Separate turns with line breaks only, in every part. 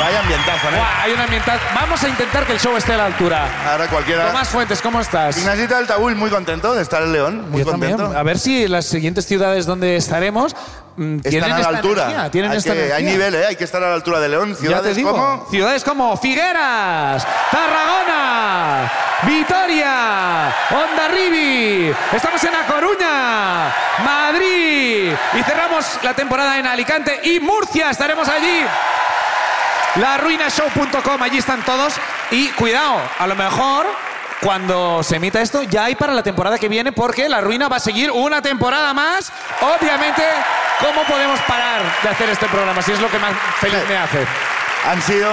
Vaya ambientazo, ¿eh?
Buah, hay una ambientazo. Vamos a intentar que el show esté a la altura.
Ahora cualquiera.
Tomás Fuentes, ¿cómo estás?
Ignacita del Tabul, muy contento de estar en León, muy
Yo también. Ah,
contento.
A ver si las siguientes ciudades donde estaremos mm, tienen
Están a la
esta
altura.
energía, tienen
hay,
esta
que- hay
energía.
nivel, ¿eh? Hay que estar a la altura de León.
Ya
Ciudades
te digo.
como.
Ciudades como Figueras, Tarragona, Vitoria, Ondarribi. Estamos en La Coruña, Madrid. Y cerramos la temporada en Alicante y Murcia. Estaremos allí. LaRuinaShow.com, allí están todos. Y cuidado, a lo mejor cuando se emita esto ya hay para la temporada que viene porque La Ruina va a seguir una temporada más. Obviamente, ¿cómo podemos parar de hacer este programa? Si es lo que más feliz me hace.
Han sido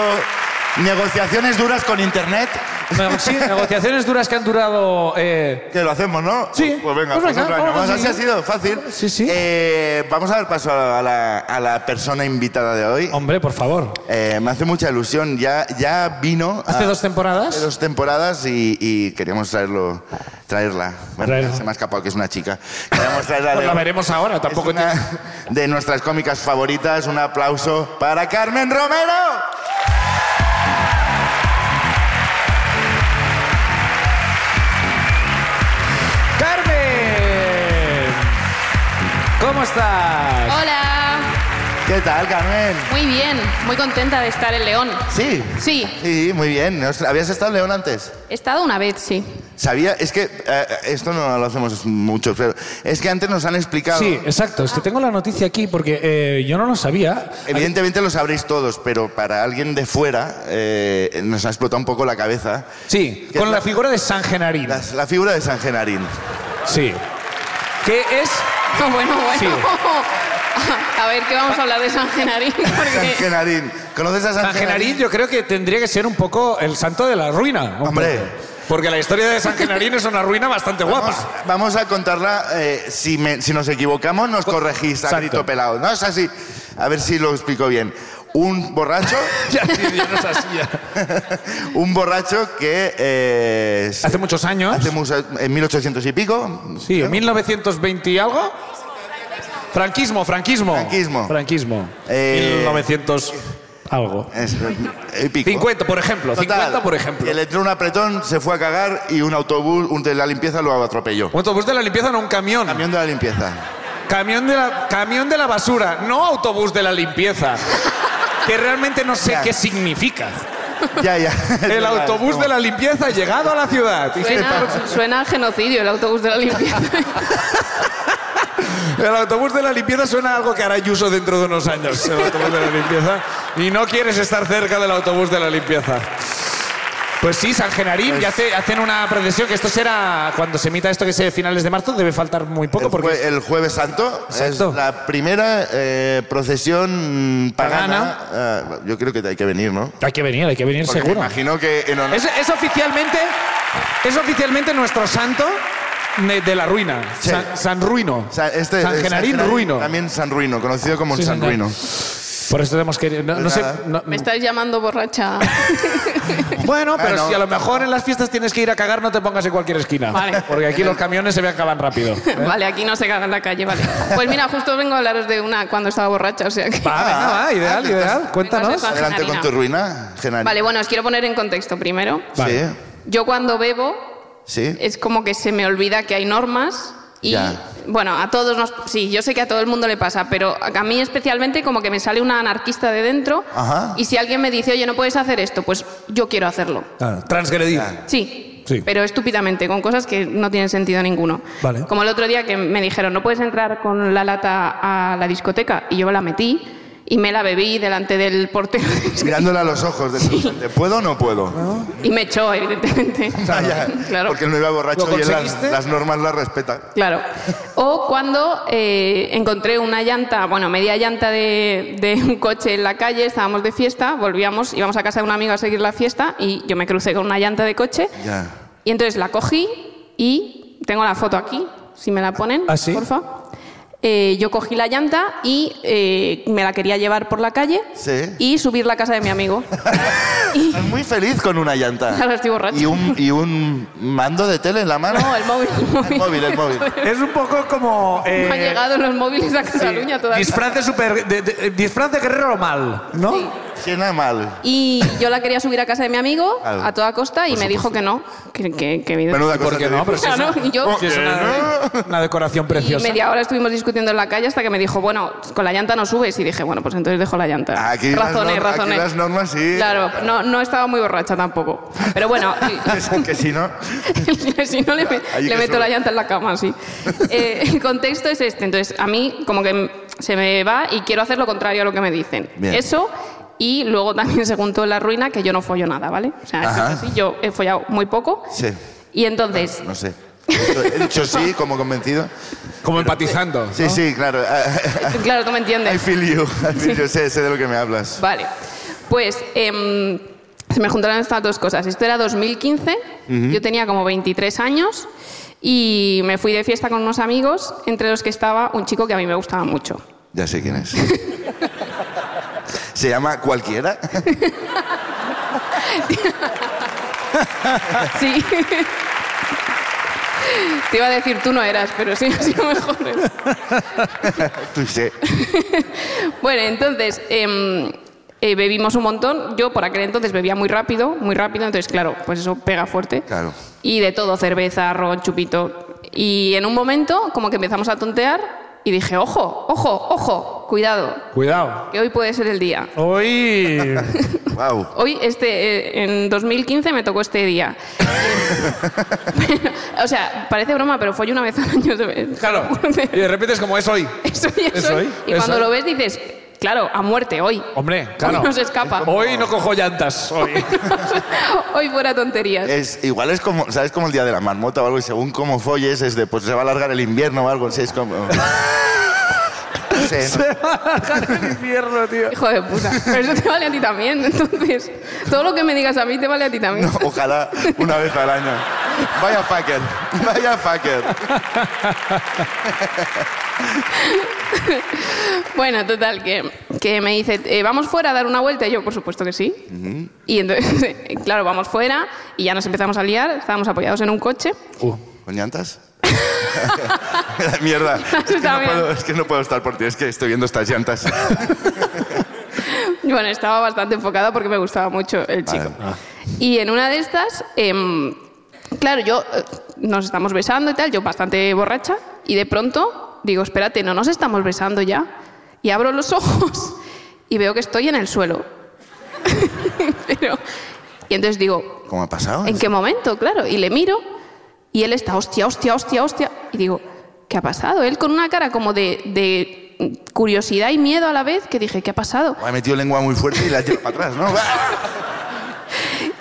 negociaciones duras con Internet.
Nego- Sí, negociaciones duras que han durado... eh,
Que lo hacemos, ¿no?
Sí.
Pues venga,
Pues
pues
venga,
otro año
vamos a
más.
seguir.
Así ha sido, fácil.
Sí, sí.
Eh, vamos a dar paso a la, a la persona invitada de hoy.
hombre, por favor.
Eh, me hace mucha ilusión. Ya, ya vino. a-
¿Hace dos
hace
temporadas?
dos temporadas y, y queríamos traerlo, traerla. Bueno,
Traerla.
se me ha escapado que es una chica. Queríamos traerla.
Pues
de-
la veremos ahora, tampoco...
es una de nuestras cómicas favoritas. Un aplauso para Carmen Romero.
tiene- ¡Carmen! ¿Cómo estás?
Hola,
¿Qué tal, Carmen?
muy bien, muy contenta de estar en León.
Sí.
Sí.
Sí, muy bien. Ostras, ¿Habías estado en León antes?
He estado una vez, sí.
Sabía, es que eh, esto no lo hacemos mucho, pero es que antes nos han explicado.
Sí, exacto. Es que tengo la noticia aquí porque eh, yo no lo sabía.
Evidentemente lo sabréis todos, pero para alguien de fuera eh, nos ha explotado un poco la cabeza
Sí,
¿Qué
con
es
la
la-
figura de San Genarín.
la, la figura de San Genarín.
Sí. Que es...
No, bueno, bueno.
Sí.
A ver, ¿qué vamos a hablar de San Genarín?
San
Porque...
Genarín. ¿Conoces a San,
Eh, San Genarín yo creo que tendría que ser un poco el santo de la ruina. un
Hombre.
poco. Porque la historia de San Genarín es una ruina bastante guapa.
Vamos, vamos a contarla. eh, si, me- si nos equivocamos, nos corregís a
Exacto.
grito pelado. No es así. A ver si lo explico bien. Un borracho,
Ya, sí, ya no es así, ya.
un borracho que eh, se-
Hace muchos años.
hace mucho- en 1800 y pico,
Sí, en 1920 y algo. Franquismo, franquismo.
Franquismo.
Franquismo.
Eh,
1900 algo.
es, eh, y pico.
50, por ejemplo.
Total,
50, por ejemplo.
que le entró un apretón, se fue a cagar y un autobús un de la limpieza lo atropelló.
Un autobús de la limpieza, no un camión.
Camión de la limpieza.
Camión de la, camión de la basura, no autobús de la limpieza. que realmente no sé
Ya.
qué significa.
Ya, ya.
El autobús de la limpieza ha llegado a la ciudad. Y
Suena, suena a genocidio el autobús de la limpieza.
El autobús de la limpieza suena a algo que hará Ayuso dentro de unos años. El autobús de la limpieza. Y no quieres estar cerca del autobús de la limpieza. Pues sí, San Genarín,
Pues-
ya hace- hacen una predecisión que esto será cuando se emita esto que sea finales de marzo, debe faltar muy poco
El,
porque
jue- el Jueves Santo
Exacto.
es la primera eh, procesión pagana. Eh, yo creo que hay que venir, ¿no?
hay que venir, hay que venir
Porque
seguro.
me imagino que en honor-
Es, es oficialmente es oficialmente nuestro santo de, de la ruina,
Sí.
San, San Ruino.
O sea, este-
San
eh,
Genarín Ruino.
También San Ruino, conocido como el
Sí,
San
señor.
Ruino.
Por eso tenemos que no, no sé,
nada.
no-
Me estáis llamando borracha.
Bueno, pero
Ah, no.
si a lo mejor en las fiestas tienes que ir a cagar, no te pongas en cualquier esquina.
Vale.
Porque aquí los camiones se me acaban rápido.
Vale, aquí no se caga en la calle, vale. Pues mira, justo vengo a hablaros de una cuando estaba borracha, o sea que...
Va, venga, va, ideal,
ah,
ideal.
entonces-
Cuéntanos.
Venga,
Adelante con
Genarín.
tu ruina, Genarín.
Vale, bueno, os quiero poner en contexto primero.
Vale.
Yo cuando bebo
Sí, sí.
es como que se me olvida que hay normas y
Ya.
bueno, a todos nos sí, yo sé que a todo el mundo le pasa, pero a mí especialmente como que me sale una anarquista de dentro
Ajá.
y si alguien me dice, "Oye, no puedes hacer esto", pues yo quiero hacerlo.
Ah, transgredir.
Sí.
Sí.
Pero estúpidamente, con cosas que no tienen sentido ninguno.
Vale.
Como el otro día que me dijeron, no puedes entrar con la lata a la discoteca. Y yo la metí y me la bebí delante del portero.
Mirándola a los ojos. De de, ¿Puedo o no puedo?
y me echó, evidentemente.
Vaya,
Claro.
Porque no iba borracho
¿Lo
y él las,
conseguiste?
las normas las respeta.
Claro. O cuando eh, encontré una llanta, bueno, media llanta de, de un coche en la calle, estábamos de fiesta, volvíamos, íbamos a casa de un amigo a seguir la fiesta y yo me crucé con una llanta de coche
Ya.
y entonces la cogí y tengo la foto aquí, si me la ponen,
¿Ah, sí?
porfa. Eh, yo cogí la llanta y eh, me la quería llevar por la calle
Sí.
y subir la casa de mi amigo. Y-
Estás muy feliz con una llanta.
Claro, estoy borracho.
Y un, y un mando de tele en la mano.
no, el móvil. El móvil,
El móvil, el móvil.
Es un poco como. eh,
No han llegado los móviles a Cataluña todavía.
eh, Disfraz de, super, de, de- disfraz de guerrero mal, ¿no?
Suena mal.
Y yo la quería subir a casa de mi amigo
Claro.
a toda costa y me dijo que no. Que, que, que evidente-
Menuda cosa.
¿Por qué
te
no?
dijo.
Pero si es
Claro,
una-
y yo-
Oh,
si es una, una decoración
Y
preciosa.
media hora estuvimos discutiendo en la calle hasta que me dijo, bueno, con la llanta no subes. Y dije, bueno, pues entonces dejo la llanta.
Aquí las
razones,
normas- aquí
razones.
las normas sí.
Claro, no, no estaba muy borracha tampoco. Pero bueno,
que si no.
y- si no le, me-
Ahí
le
que
meto
sube.
la llanta en la cama, sí. Eh, el contexto es este. Entonces, a mí como que se me va y quiero hacer lo contrario a lo que me dicen.
Bien.
Eso... Y luego también se juntó en la ruina que yo no follo nada, ¿vale? O sea,
Ajá.
eso sí, yo he follado muy poco.
Sí.
Y entonces,
No sé. He dicho sí, como convencido.
Como empatizando.
Sí, sí, claro.
claro, tú me entiendes.
I feel you. I feel you. Sé, sé de lo que me hablas.
Vale, pues em, se me juntaron estas dos cosas. Esto era 2015, yo tenía como 23 años y me fui de fiesta con unos amigos, entre los que estaba un chico que a mí me gustaba mucho.
Ya sé quién es. ¿Se llama cualquiera?
Sí. Te iba a decir, tú no eras, pero sí, ha sido mejor.
Tú sé.
Bueno, entonces em, eh, bebimos un montón. Yo por aquel entonces bebía muy rápido, muy rápido, entonces claro, pues eso pega fuerte.
Claro.
Y de todo, cerveza, ron, chupito. Y en un momento como que empezamos a tontear y dije, ojo, ojo, ojo, cuidado,
Cuidado.
que hoy puede ser el día.
Hoy.
Wow.
Hoy, este, eh, en 2015 me tocó este día. o sea, parece broma, pero fue una vez al año.
Claro. Y de repente es como es hoy.
Eso ya
¿Es
soy.
hoy?
Y
¿Es
cuando
hoy?
lo ves dices, claro, a muerte hoy.
Hombre, claro.
Hoy nos escapa.
Hoy no cojo llantas. Hoy.
hoy fuera tonterías.
Eh.
Es, igual es como, ¿sabes? Como el día de la marmota o algo, y según cómo folles, es de, pues se va a alargar el invierno o algo, así es como... No sé, ¿no?
infierno, tío.
Hijo de puta. Pero eso te vale a ti también. Entonces, todo lo que me digas a mí te vale a ti también.
No, ojalá una vez al año. Vaya fucker, vaya fucker.
Bueno, total, que, que me dice, eh, ¿vamos fuera a dar una vuelta? Y yo, por supuesto que sí. Y entonces, claro, vamos fuera y ya nos empezamos a liar. Estábamos apoyados en un coche.
Uh.
¿Con llantas? Mierda, es que,
Está
no
bien.
puedo, es que no puedo estar por ti, es que estoy viendo estas llantas.
Y Bueno, estaba bastante enfocada porque me gustaba mucho el chico.
Ah.
Y en una de estas, em, claro, yo eh, nos estamos besando y tal, yo bastante borracha, y de pronto digo, espérate, no nos estamos besando ya. Y abro los ojos y veo que estoy en el suelo. Pero- y entonces digo,
¿Cómo ha pasado?
¿en qué momento? Claro, y le miro y él está, hostia, hostia, hostia, hostia. Y digo, ¿qué ha pasado? Él con una cara como de, de curiosidad y miedo a la vez, que dije, ¿qué ha pasado?
Me ha metido lengua muy fuerte y la llevo para atrás, ¿no?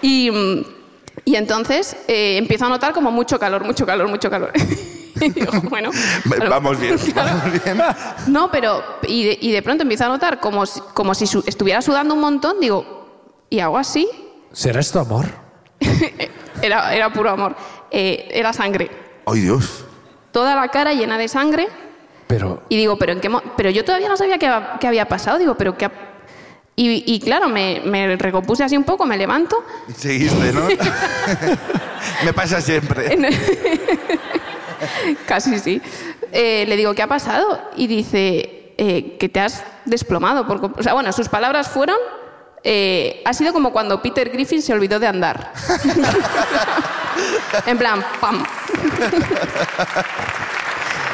Y, mm, y entonces eh, empiezo a notar como mucho calor, mucho calor, mucho calor. Y digo, bueno, a lo-
Vamos bien, vamos bien.
No, pero y de, y de pronto empiezo a notar como si, como si su- estuviera sudando un montón, digo, y hago así,
¿Será esto amor?
era, era puro amor, Eh, era sangre,
¡Ay, Dios!
toda la cara llena de sangre,
Pero.
y digo, pero en qué mo- pero yo todavía no sabía qué, ha- qué había pasado, digo, pero qué ha- y, y claro, me, me recompuse así un poco, me levanto,
Y Seguiste, ¿no? Me pasa siempre.
Casi sí. Eh, le digo, ¿qué ha pasado? Y dice, eh, que te has desplomado. Por com- o sea, bueno, sus palabras fueron, eh, ha sido como cuando Peter Griffin se olvidó de andar. en plan, pam.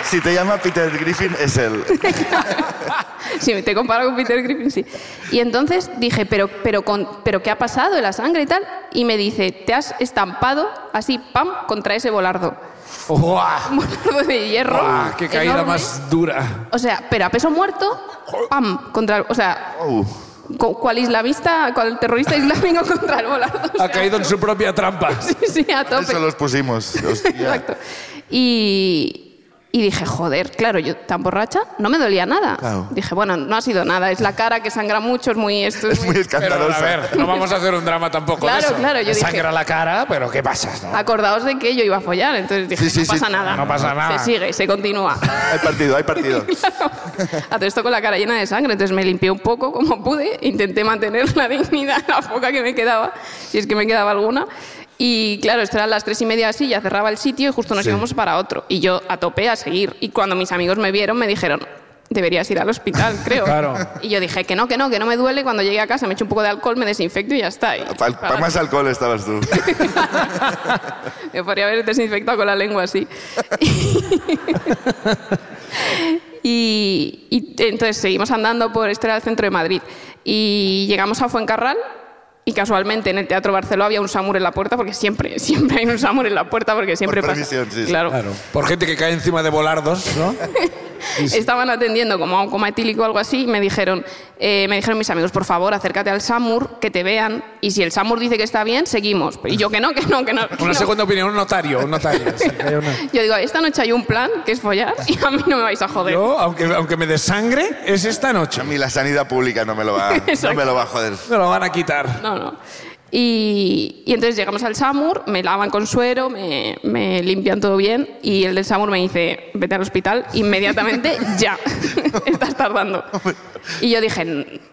Si te llama Peter Griffin, es él.
Si te comparo con Peter Griffin, sí. Y entonces dije, ¿pero, pero, con, pero qué ha pasado en la sangre y tal? Y me dice, te has estampado así, pam, contra ese volardo.
¡Guau!
Un volardo de hierro.
¡Guau! ¡Qué caída
enorme.
más dura!
O sea, pero a peso muerto, pam, contra, o sea,
Oh,
cu- cual islamista, cual terrorista islámico contra el volardo. o sea,
Ha caído en su propia trampa.
Sí, sí, a tope.
eso los pusimos. hostia.
Exacto. Y, y dije, joder, claro, yo tan borracha, no me dolía nada.
Claro.
Dije, bueno, no ha sido nada, es la cara que sangra mucho, es muy esto. Es
Es muy
muy...
Pero a
escandalosa.
ver, no vamos a hacer un drama tampoco de
Claro,
eso.
claro, yo
Me
dije-
Sangra la cara, pero ¿qué pasa? no?
Acordaos de que yo iba a follar, entonces dije,
Sí, sí,
no
sí.
pasa nada.
No pasa nada.
Se sigue, se continúa.
Hay partido, hay partido.
A todo esto con la cara llena de sangre, entonces me limpié un poco como pude, intenté mantener la dignidad, la poca que me quedaba, si es que me quedaba alguna. Y claro, esto eran las tres y media así, ya cerraba el sitio y justo nos íbamos para otro. Y yo a tope a seguir. Y cuando mis amigos me vieron, me dijeron, deberías ir al hospital, creo.
Claro.
Y yo dije que no, que no, que no me duele. Cuando llegué a casa me echo un poco de alcohol, me desinfecto y ya está. Y-
Para más alcohol estabas tú.
Me podría haber desinfectado con la lengua así. y, y entonces seguimos andando por, este era el centro de Madrid, y llegamos a Fuencarral. Y casualmente en el Teatro Barceló había un samur en la puerta, porque siempre, siempre hay un samur en la puerta, porque siempre
permisión,
pasa.
sí, sí.
Claro.
Claro. Por gente que cae encima de volardos, ¿no?
Estaban atendiendo como a un coma etílico o algo así y me dijeron, eh, me dijeron mis amigos, por favor, acércate al samur, que te vean. Y si el samur dice que está bien, seguimos. Y yo que no, que no, que no. que
Una
no".
segunda opinión, un notario, un notario. Sí, que hay una-
Yo digo, esta noche hay un plan que es follar y a mí no me vais a joder.
Yo, aunque, aunque me desangre, es esta noche.
A mí la sanidad pública no me lo va, no
Exacto.
me lo va a joder.
Me lo van a quitar.
No, no. Y, y entonces llegamos al Samur, me lavan con suero, me, me limpian todo bien y el del Samur me dice, vete al hospital inmediatamente, ya, estás tardando. Y yo dije,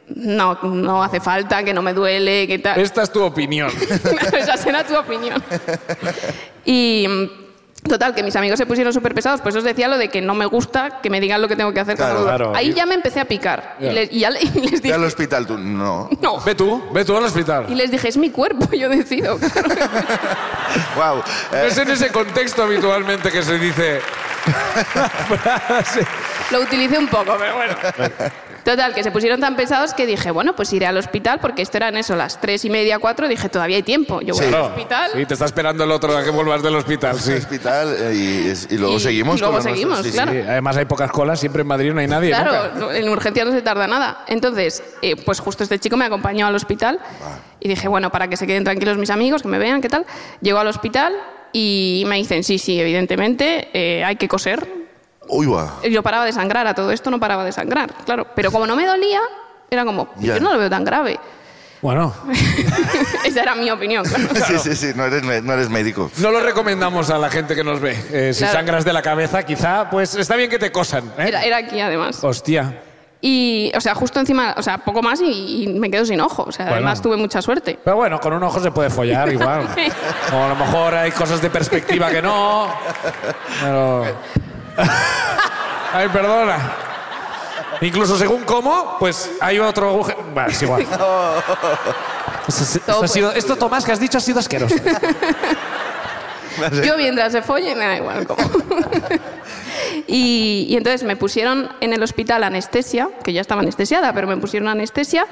no, no hace falta, que no me duele, que tal.
Esta es tu opinión.
Esa será tu opinión. Y mm, total, que mis amigos se pusieron súper pesados, pues os decía lo de que no me gusta que me digan lo que tengo que hacer.
Claro,
cuando-
claro.
Ahí ya me empecé a picar.
Ya.
Y, les, y ya le- y les
Ve
dije,
al hospital tú. No.
no.
Ve tú, ve tú al
Y
hospital.
les dije, es mi cuerpo, yo decido. claro.
Wow.
Es en ese contexto habitualmente que se dice.
Lo utilicé un poco, pero bueno. Total, que se pusieron tan pesados que dije, bueno, pues iré al hospital, porque esto eran eso, las tres y media, cuatro. Dije, todavía hay tiempo. Yo voy
Sí.
al
No,
hospital.
Sí, te está esperando el otro a que vuelvas del hospital, sí.
hospital eh, y, es- y luego
Y-
seguimos.
y luego
con lo nuestro.
seguimos, claro.
Sí, además hay pocas colas, siempre en Madrid no hay nadie.
Claro,
nunca.
no- en urgencia no se tarda nada. Entonces, eh, pues justo este chico me acompañó al hospital y dije, bueno, para que se queden tranquilos mis amigos, que me vean, qué tal. Llego al hospital y me dicen, sí, sí, evidentemente, eh, hay que coser.
Uy, va.
Yo paraba de sangrar, a todo esto no paraba de sangrar, claro. Pero como no me dolía, era como,
Ya.
yo no lo veo tan grave.
Bueno,
Esa era mi opinión, claro.
Sí, sí, sí, no eres, me- no eres médico.
no lo recomendamos a la gente que nos ve. Eh, si
Claro.
sangras de la cabeza, quizá, pues está bien que te cosan. ¿eh?
Era, era aquí además.
Hostia.
Y, o sea, justo encima, o sea, poco más y, y me quedo sin ojo. O sea,
Bueno.
además tuve mucha suerte.
Pero bueno, con un ojo se puede follar igual. O a lo mejor hay cosas de perspectiva que no. Pero. Ay, perdona. Incluso según cómo, pues hay otro agujero. Bueno, es igual. Esto, es- esto ha
Todo
sido- esto, Tomás, que has dicho ha sido asqueroso.
Yo mientras se follen, me da igual cómo. y, y entonces me pusieron en el hospital anestesia, que ya estaba anestesiada, pero me pusieron anestesia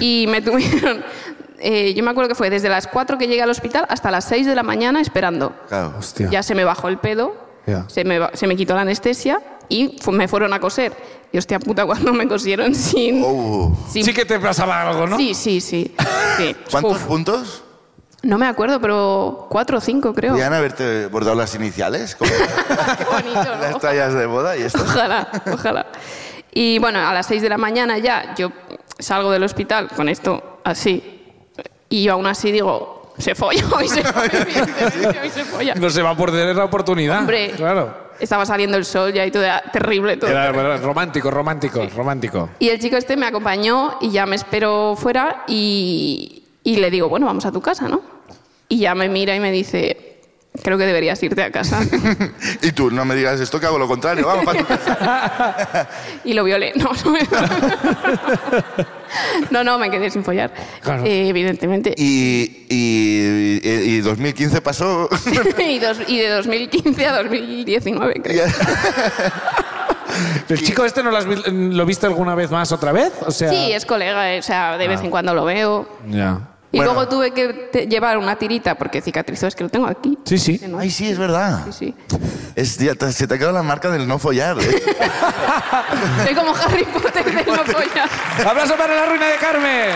y me tuvieron. eh, yo me acuerdo que fue desde las 4 que llegué al hospital hasta las 6 de la mañana esperando.
Claro.
Hostia.
Ya se me bajó el pedo,
Ya.
se, me, ba- se me quitó la anestesia y fu- me fueron a coser. Y hostia puta, cuando me cosieron sin.
Oh.
sin-
Sí que te pasaba algo, ¿no?
Sí, sí, sí. Sí.
¿Cuántos
Uf,
puntos?
no me acuerdo, pero cuatro o cinco creo.
¿Podrían haberte bordado las iniciales? Como
Qué bonito, ¿no?
las tallas de boda y esto.
Ojalá, ojalá. Y bueno, a las 6 de la mañana ya yo salgo del hospital con esto así. Y yo aún así digo, se folla, hoy se folla, hoy se folla.
No se va a perder la oportunidad.
Hombre.
Claro.
Estaba saliendo el sol ya y todo era terrible todo.
Era- era romántico, romántico, romántico.
Y el chico este me acompañó y ya me esperó fuera y, y le digo, bueno, vamos a tu casa, ¿no? Y ya me mira y me dice, creo que deberías irte a casa.
Y tú, no me digas esto, que hago lo contrario. Vamos, pa' tu casa.
Y lo violé. No, no. me- No, no, me quedé sin follar.
Claro.
Eh, evidentemente. Y,
Y, y, y- y 2015 pasó.
dos- y de 2015 a 2019, creo.
¿El chico este no lo, has vi- lo viste alguna vez más otra vez? O sea,
Sí, es colega, eh, o sea, de vez en cuando lo veo.
Ya.
Y
Bueno.
luego tuve que te- llevar una tirita porque cicatrizó, es que lo tengo aquí.
Sí, sí.
Que no-
Ay, sí, es verdad.
sí, sí.
Es, ya te- se te ha quedado la marca del no follar. ¿eh?
Soy como Harry Potter de no follar.
¡Aplauso para la ruina de Carmen!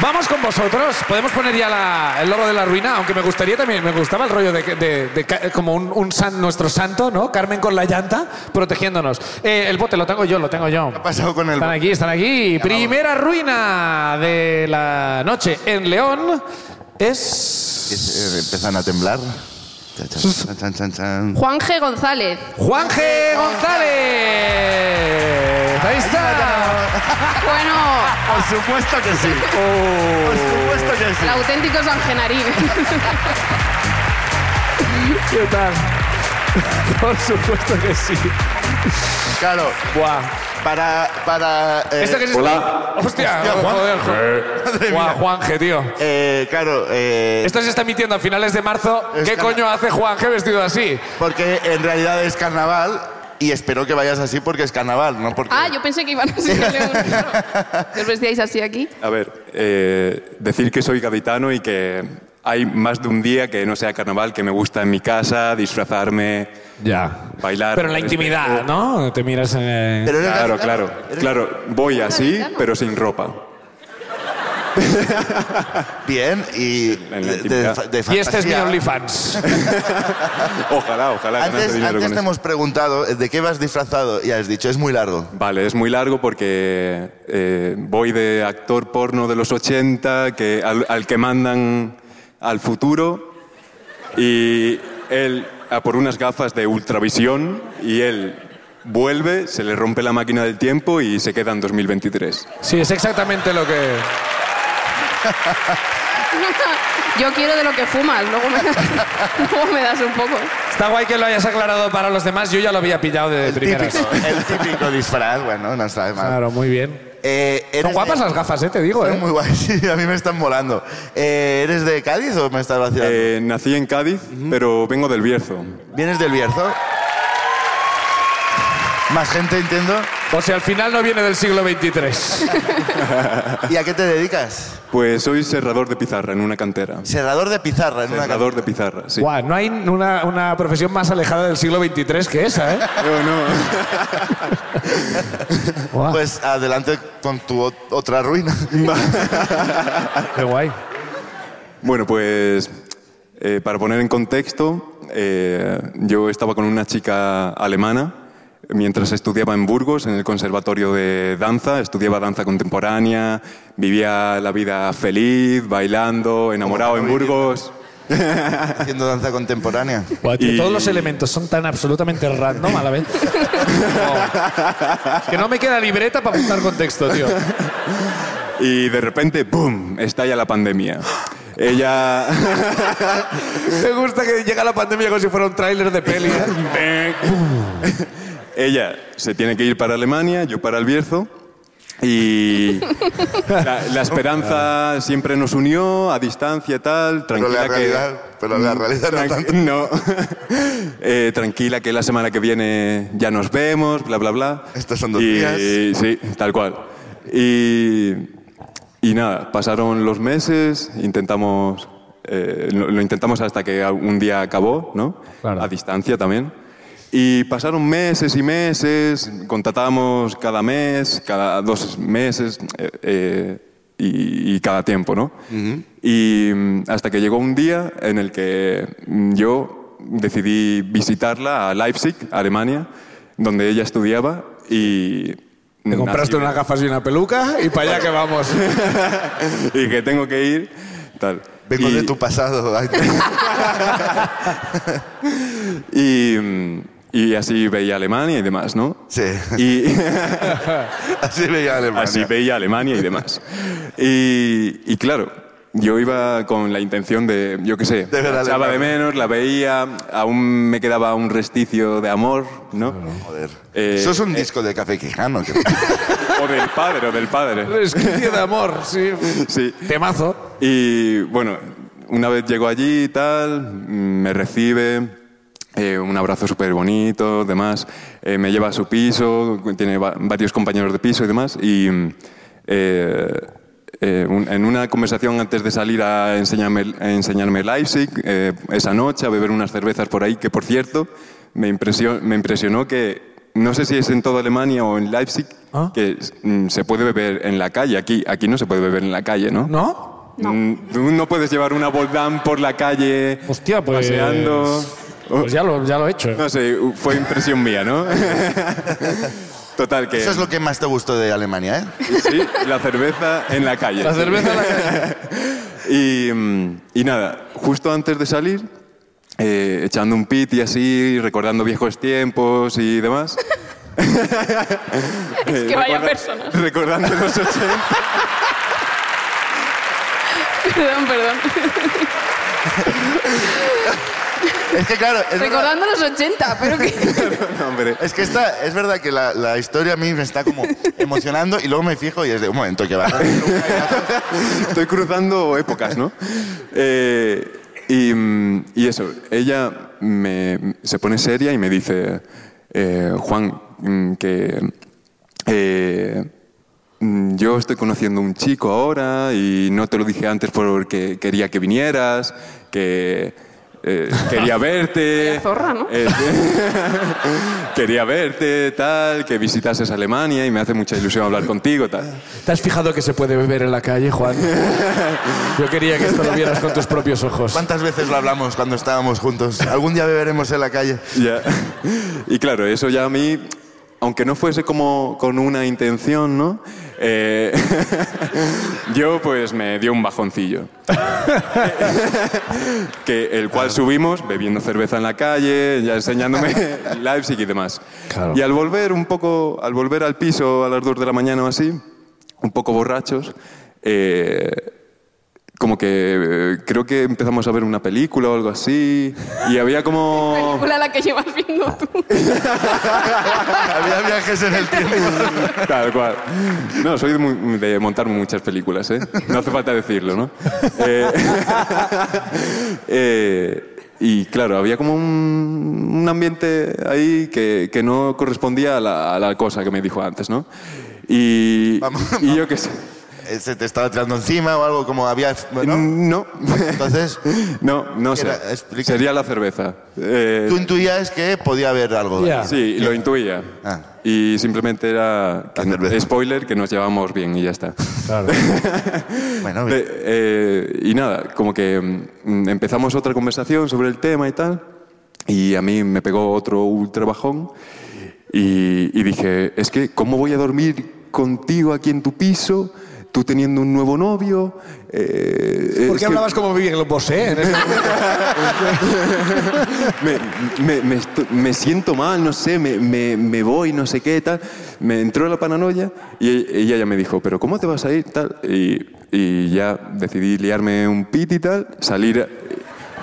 Vamos con vosotros. Podemos poner ya la- el loro de la ruina, aunque me gustaría también, me gustaba el rollo de, que- de- de ca- como un, un san- nuestro santo, ¿no? Carmen con la llanta, protegiéndonos. Eh, el bote lo tengo yo, lo tengo yo.
¿Qué ha pasado con el
Están aquí, están aquí. Primera ruina de la noche en León
que
es
se- eh, empiezan a temblar. Chan, chan, chan, chan, chan.
Juan G. González.
Juan G. González. Ahí está.
Bueno,
Por supuesto que sí. Por supuesto que sí.
el auténtico San Genarín.
¿Qué tal? Por supuesto que sí.
Claro,
Buah.
para... para eh,
¿Esto qué es
hola.
esto? Hostia,
Hostia, Juan. Eh.
joder, joder.
Madre
Buah,
mía.
Juanje, tío.
eh, claro, eh,
Esto se está emitiendo a finales de marzo. ¿Qué
Escala.
coño hace Juanje vestido así?
porque en realidad es carnaval y espero que vayas así porque es carnaval, no porque...
Ah, yo pensé que iban a ser ¿Os vestíais así aquí?
A ver, eh, decir que soy gaditano y que hay más de un día que no sea carnaval, que me gusta en mi casa disfrazarme,
Ya.
bailar. este
Pero en la
eh,
intimidad, ¿no? Te miras en. eh,
Pero eres
Claro,
gaditano,
claro,
eres-
claro. Voy así,
gaditano?
pero sin ropa.
Bien, y
En la
de,
intimidad.
de- de
Y este es mi
fantasía.
OnlyFans.
Ojalá, ojalá. ganase
Antes,
dinero
antes
con
te
eso.
hemos preguntado eh, de qué vas disfrazado y has dicho, es muy largo.
Vale, es muy largo porque eh, voy de actor porno de los 80 que, al, al que mandan al futuro y él a por unas gafas de ultravisión y él vuelve, se le rompe la máquina del tiempo y se queda en 2023.
Sí, es exactamente lo que.
Yo quiero de lo que fumas, luego me, luego me das un poco.
Está guay que lo hayas aclarado para los demás. Yo ya lo había pillado de primeras.
Típico- el típico disfraz, bueno, no está mal.
Claro, muy bien.
Eh, eres
Son guapas
de-
las gafas, eh, te digo,
Son
eh.
muy guay, sí, a mí me están molando. Eh, ¿Eres de Cádiz o me estás vacilando?
Eh, nací en Cádiz, pero vengo del Bierzo.
¿Vienes del Bierzo? Más gente, entiendo.
O sea, al final no viene del siglo XXIII.
¿Y a qué te dedicas?
Pues soy serrador de pizarra en una cantera.
Serrador de pizarra en una
Serrador de pizarra, sí.
Guau, no hay una, una profesión más alejada del siglo XXIII que esa, ¿eh?
No, no.
Guau,
Pues adelante con tu ot- otra ruina.
qué guay.
Bueno, pues eh, para poner en contexto, eh, yo estaba con una chica alemana mientras estudiaba en Burgos, en el Conservatorio de Danza, estudiaba danza contemporánea, vivía la vida feliz, bailando, enamorado en Burgos.
Haciendo danza contemporánea.
Guau, tío,
Y-
Todos los elementos son tan absolutamente random a la vez. Guau. Es que no me queda libreta para apuntar contexto, tío.
Y de repente, ¡boom!, estalla la pandemia. Ella...
Me gusta que llega la pandemia como si fuera un tráiler de peli. ¿eh?
Ella se tiene que ir para Alemania, yo para el Bierzo. Y la, la esperanza siempre nos unió a distancia y tal.
Pero
Tranquila
la
que,
realidad, pero la realidad no
Tran-
tanto.
No. Eh, tranquila, que la semana que viene ya nos vemos, bla, bla, bla.
Estos son dos
Y-
días.
Sí, tal cual. Y, y nada, pasaron los meses, intentamos, eh, lo, lo intentamos hasta que un día acabó, ¿no?
Claro.
A distancia también. Y pasaron meses y meses, contratábamos cada mes, cada dos meses eh, eh, y, y cada tiempo, ¿no? Y mm, hasta que llegó un día en el que mm, yo decidí visitarla a Leipzig, Alemania, donde ella estudiaba y...
Te compraste
nací-
unas gafas y una peluca y para allá que vamos.
y que tengo que ir, tal.
Vengo
Y-
de tu pasado. Ay,
Y, mm, y así veía Alemania y demás, ¿no?
Sí,
Y
así me llama Alemania.
así veía Alemania y demás. Y, y claro, yo iba con la intención de, yo qué sé,
De ver
la echaba
Alemania.
de menos, la veía, aún me quedaba un resticio de amor, ¿no?
Joder.
Eh,
Eso es un disco de Café Quijano. que-
O del padre, o del padre.
Es que de amor, sí.
Sí.
Temazo.
Y bueno, una vez llego allí y tal, mm, me recibe, eh, un abrazo súper bonito, demás, eh, me lleva a su piso, tiene va- varios compañeros de piso y demás, y mm, eh, eh, un- en una conversación antes de salir a enseñarme, a enseñarme Leipzig, eh, esa noche, a beber unas cervezas por ahí, que por cierto, me impresionó, me impresionó que... No sé si es en toda Alemania o en Leipzig
Ah.
que mm, se puede beber en la calle. Aquí, aquí no se puede beber en la calle, ¿no?
¿No?
No.
Mm, Tú no puedes llevar una Boldán por la calle
Hostia, pues.
paseando. Oh,
Pues ya lo, ya lo he hecho.
No sé, fue impresión mía, ¿no? Total, que
Eso es lo que más te gustó de Alemania, ¿eh?
sí, la cerveza en la calle.
La
sí.
cerveza en la calle.
y, mm, y nada, justo antes de salir, eh, echando un pit y así, recordando viejos tiempos y demás. Eh,
Es que vaya personas.
Recordando los 80.
Perdón, perdón.
Es que claro, es verdad,
Recordando los 80, pero que...
No, hombre.
es que esta, es verdad que la, la historia a mí me está como emocionando y luego me fijo y es de un momento que va.
Estoy cruzando épocas, ¿no? Eh, y, mm, y eso, ella me- se pone seria y me dice, eh, Juan, mm, que eh, mm, yo estoy conociendo un chico ahora y no te lo dije antes porque quería que vinieras, que eh, quería verte.
Vaya zorra, ¿no?
Eh, quería verte, tal, que visitases Alemania y me hace mucha ilusión hablar contigo, tal.
¿Te has fijado que se puede beber en la calle, Juan? Yo quería que esto lo vieras con tus propios ojos.
¿Cuántas veces lo hablamos cuando estábamos juntos? Algún día beberemos en la calle.
Ya. Y claro, eso ya a mí, aunque no fuese como con una intención, ¿no? Eh, yo pues me dio un bajoncillo. que el cual subimos bebiendo cerveza en la calle, ya enseñándome Leipzig y demás.
Claro.
Y al volver un poco, al volver al piso a las 2 de la mañana o así, un poco borrachos, eh, como que eh, creo que empezamos a ver una película o algo así y había como
película la que llevas viendo tú.
Había viajes en el tiempo.
Tal cual. No, soy de, mu- de montar muchas películas, ¿eh? No hace falta decirlo, ¿no? Eh, eh, y claro, había como un, un ambiente ahí que, que no correspondía a la, a la cosa que me dijo antes, ¿no? Y,
Vamos,
y yo qué sé.
Eh, Se te estaba tirando encima o algo como había... ¿no?
No,
Entonces,
no, no sé.
Era- explica.
Sería la cerveza. Eh,
tú intuías que podía haber algo.
Ya.
Sí, lo intuía.
Ah.
Y simplemente era que-
La cerveza.
spoiler que nos llevamos bien y ya está.
Claro.
Bueno,
De- eh, y nada, como que mm, empezamos otra conversación sobre el tema y tal, y a mí me pegó otro ultra bajón, y, y dije, es que, ¿cómo voy a dormir contigo aquí en tu piso, tú teniendo un nuevo novio? Eh, es
¿Por qué
que
hablabas como Miguel Bosé? en ese-
me, me- me estu- me siento mal, no sé, me, me- me voy, no sé qué, tal. Me entró la paranoia y e- ella ya me dijo, pero ¿cómo te vas a ir? Tal. Y, y ya decidí liarme un pit y tal, salir... a-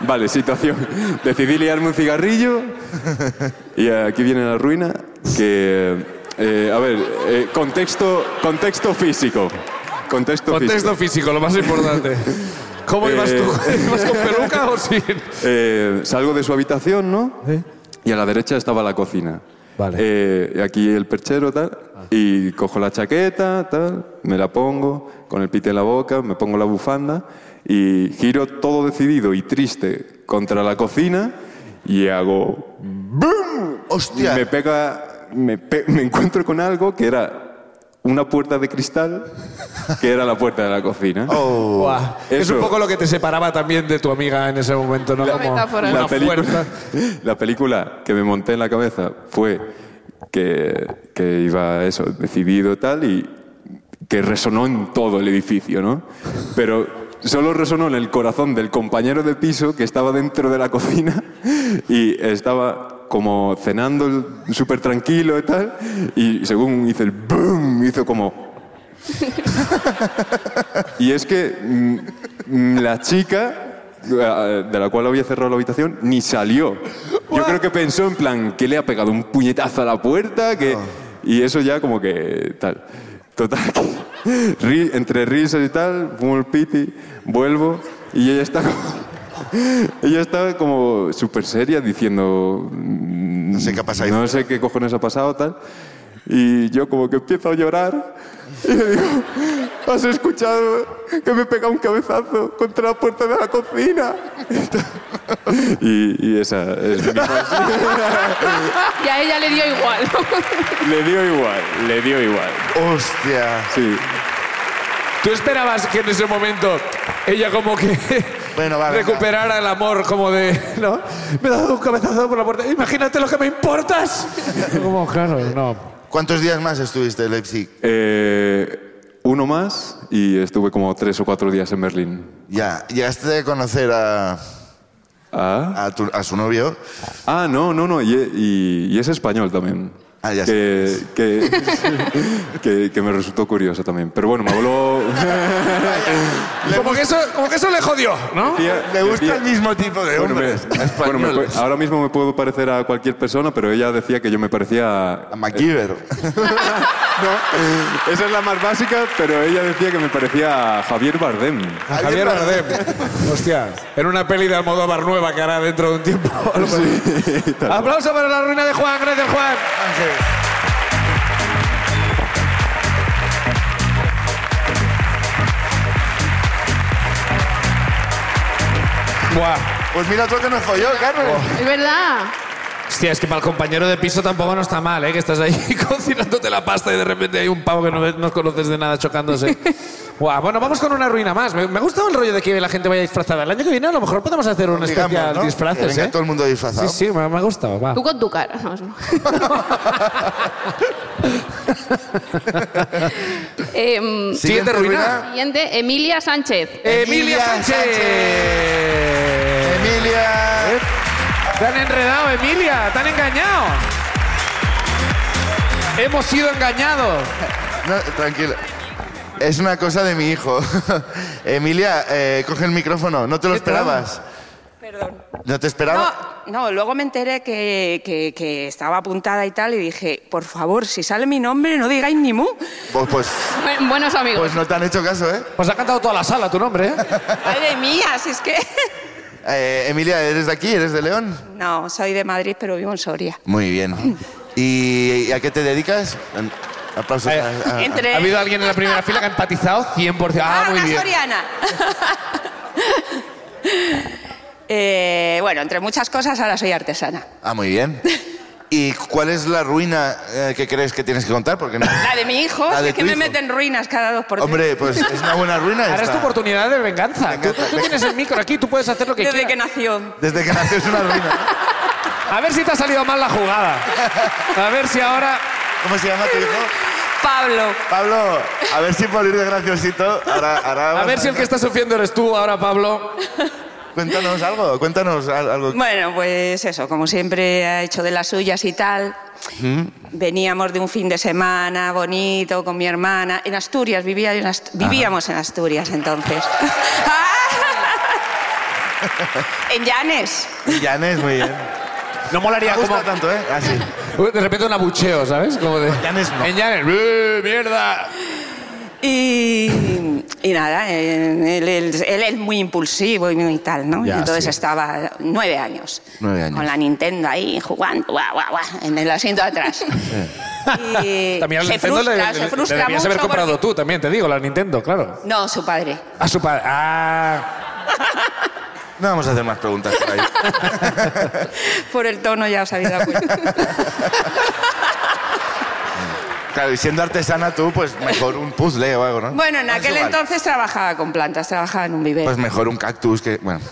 Vale, situación. Decidí liarme un cigarrillo y aquí viene la ruina que... eh, a ver, eh, contexto, contexto físico. Contexto, físico.
Contexto físico, lo más importante. ¿Cómo ibas tú?
Eh.
¿Ibas con peluca o sin?
Eh, salgo de su habitación, ¿no?
Sí.
Y a la derecha estaba la cocina.
Vale.
Eh, y aquí el perchero, tal. Y cojo la chaqueta, tal. Me la pongo con el pite en la boca, me pongo la bufanda y giro todo decidido y triste contra la cocina y hago.
hostia.
Me pega. Me, pe- me encuentro con algo que era una puerta de cristal, que era la puerta de la cocina.
Oh.
Buah. Es un
Eso.
poco lo que te separaba también de tu amiga en ese momento, ¿no?
La
Como
metáfora.
una
la película,
puerta.
la película que me monté en la cabeza fue que, que iba eso, decidido tal, y que resonó en todo el edificio, ¿no? Pero solo resonó en el corazón del compañero de piso que estaba dentro de la cocina y estaba como cenando el- súper tranquilo y tal, y según hizo el boom, hizo como... Y es que mm, mm, la chica eh, de la cual había cerrado la habitación ni salió. Yo creo que pensó en plan que le ha pegado un puñetazo a la puerta
Ah.
que y eso ya como que tal. Total, que ri- entre risas y tal, fumo el piti, vuelvo y ella está como... Ella está como súper seria diciendo... No
sé qué ha pasado ahí
No sé qué cojones ha pasado, tal. Y yo como que empiezo a llorar y le digo, ¿has escuchado que me pega un cabezazo contra la puerta de la cocina? Y, y esa es mi frase.
Y a ella le dio igual.
Le dio igual, le dio igual.
Hostia.
Sí.
¿Tú esperabas que en ese momento ella como que
Bueno, va, venga.
recuperara el amor como de, ¿no? Me he dado un cabezazo por la puerta. Imagínate lo que me importas. como, claro, no.
¿Cuántos días más estuviste en Leipzig?
Eh, uno más y estuve como tres o cuatro días en Berlín.
Ya, llegaste a conocer a,
Ah,
a tu- a su novio.
ah no, no, no, y, y- y es español también.
Ah, ya
que, que, que, que me resultó curioso también. Pero bueno, me habló...
Como que eso, como que eso le jodió, ¿no?
Decía-
Le gusta
decía-
el mismo tipo de
Bueno, me-
hombres
bueno, me-
españoles.
ahora mismo me puedo parecer a cualquier persona, pero ella decía que yo me parecía a-
A MacGyver.
No, esa es la más básica, pero ella decía que me parecía a Javier Bardem.
A Javier Bardem. Hostia, en una peli de Almodóvar nueva que hará dentro de un tiempo. Aplauso para la ruina de Juan. Gracias, Juan. Buah.
Pues mira tú que nos folló, Carmen.
Oh,
Es verdad.
Hostia, es que para el compañero de piso tampoco no está mal, ¿eh? Que estás ahí cocinándote la pasta y de repente hay un pavo que no, ves- no conoces de nada chocándose. Guau, bueno, vamos con una ruina más. Me, me ha gustado el rollo de que la gente vaya disfrazada. El año que viene a lo mejor podemos hacer un
Digamos,
especial
¿no? Que
disfraces,
venga
¿eh?
todo el mundo disfrazado.
Sí, sí, me, me ha gustado. va.
Tú con tu cara. No, no. Em,
Siguiente ruina.
siguiente, Emilia Sánchez.
Eh. Emilia Sánchez.
Emilia.
Te han enredado, Emilia. Te han engañado. Hemos sido engañados.
No, tranquila. Es una cosa de mi hijo. Emilia, eh, coge el micrófono. No te lo
¿Qué tal?
esperabas.
Perdón.
No te
No,
esperaba.
no, luego me enteré que, que- que estaba apuntada y tal y dije, por favor, si sale mi nombre no digáis ni mu.
Pues, pues,
Bu- Buenos amigos.
pues no te han hecho caso, ¿eh?
Pues ha cantado toda la sala tu nombre, ¿eh?
Madre mía, si es que...
Eh, Emilia, ¿eres de aquí? ¿Eres de León?
No, soy de Madrid pero vivo en Soria.
Muy bien. ¿Y, a qué te dedicas? Aplausos.
Eh,
a- a-
Entre...
Ha habido alguien en la primera fila que ha empatizado 100%. Ah,
Ah,
muy
una
bien.
soriana. Eh, bueno, entre muchas cosas ahora soy artesana.
Ah, muy bien. ¿Y cuál es la ruina eh, que crees que tienes que contar? Porque no.
La de mi hijo,
La
si
de
es que
tu
me
hijo.
meten ruinas cada dos por tres.
Hombre, pues es una buena ruina
Ahora es tu
esta.
oportunidad de venganza. Tú-
Venganza.
Tú, tienes el micro aquí, tú puedes hacer lo que
Desde que
quieras.
nació.
Desde que nació es una ruina.
A ver si te ha salido mal la jugada. A ver si ahora...
¿Cómo se llama tu hijo?
Pablo.
Pablo, a ver si por ir de graciosito, ahora, ahora
A ver si el que está sufriendo eres tú ahora, Pablo.
Cuéntanos algo, cuéntanos al- algo.
Bueno, pues eso, como siempre ha hecho de las suyas y tal. Veníamos de un fin de semana bonito con mi hermana. En Asturias, vivía en Ast- vivíamos en Asturias entonces. en Llanes.
Llanes, muy bien.
No
Me
molaría
ha
como...
gustado tanto, ¿eh? Así.
De repente un abucheo, ¿sabes? Como de...
Llanes no.
En Llanes. ¡Eh, ¡Mierda!
Y, y nada, eh, él, él- él es muy impulsivo y muy tal, ¿no? Y
Ya,
entonces
sí.
estaba nueve años,
Nueve años.
con la Nintendo ahí jugando, guau, guau, guau, en el asiento de atrás. Y
También al
se
Nintendo le-
frustra,
le,
se frustra
le debías haber
mucho
comprado
porque-
tú también, te digo, la Nintendo, claro.
No, su padre.
A su padre. Ah,
No vamos a hacer más preguntas por ahí.
Por el tono ya os habéis dado cuenta.
Claro, y siendo artesana tú, pues mejor un puzzle o algo, ¿no?
Bueno, en
Es
aquel
igual.
entonces trabajaba con plantas, trabajaba en un vivero.
Pues mejor un cactus que. Bueno.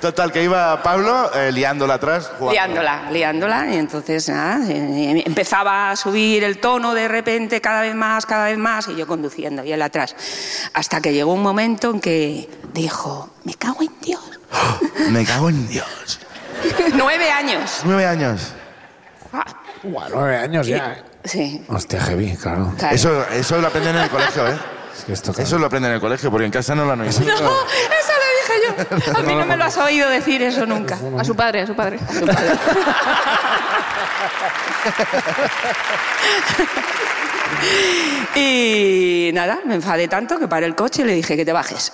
Total, que iba Pablo eh, liándola atrás. jugando.
Liándola, liándola, y entonces nada, eh, empezaba a subir el tono de repente cada vez más, cada vez más, y yo conduciendo, y él atrás. Hasta que llegó un momento en que dijo, me cago en Dios.
Me cago en Dios.
Nueve años.
Nueve años.
Ah,
Buah, nueve años ya. ¿eh?
Sí,
Hostia, heavy, claro.
claro.
Eso, eso lo aprenden en el colegio, ¿eh?
Es que esto, claro.
Eso lo aprenden en el colegio, porque en casa no lo han oído.
No, eso le dije yo. A mí no me lo has oído decir eso nunca.
A su padre, a su padre.
Y nada, me enfadé tanto que paré el coche y le dije que te bajes.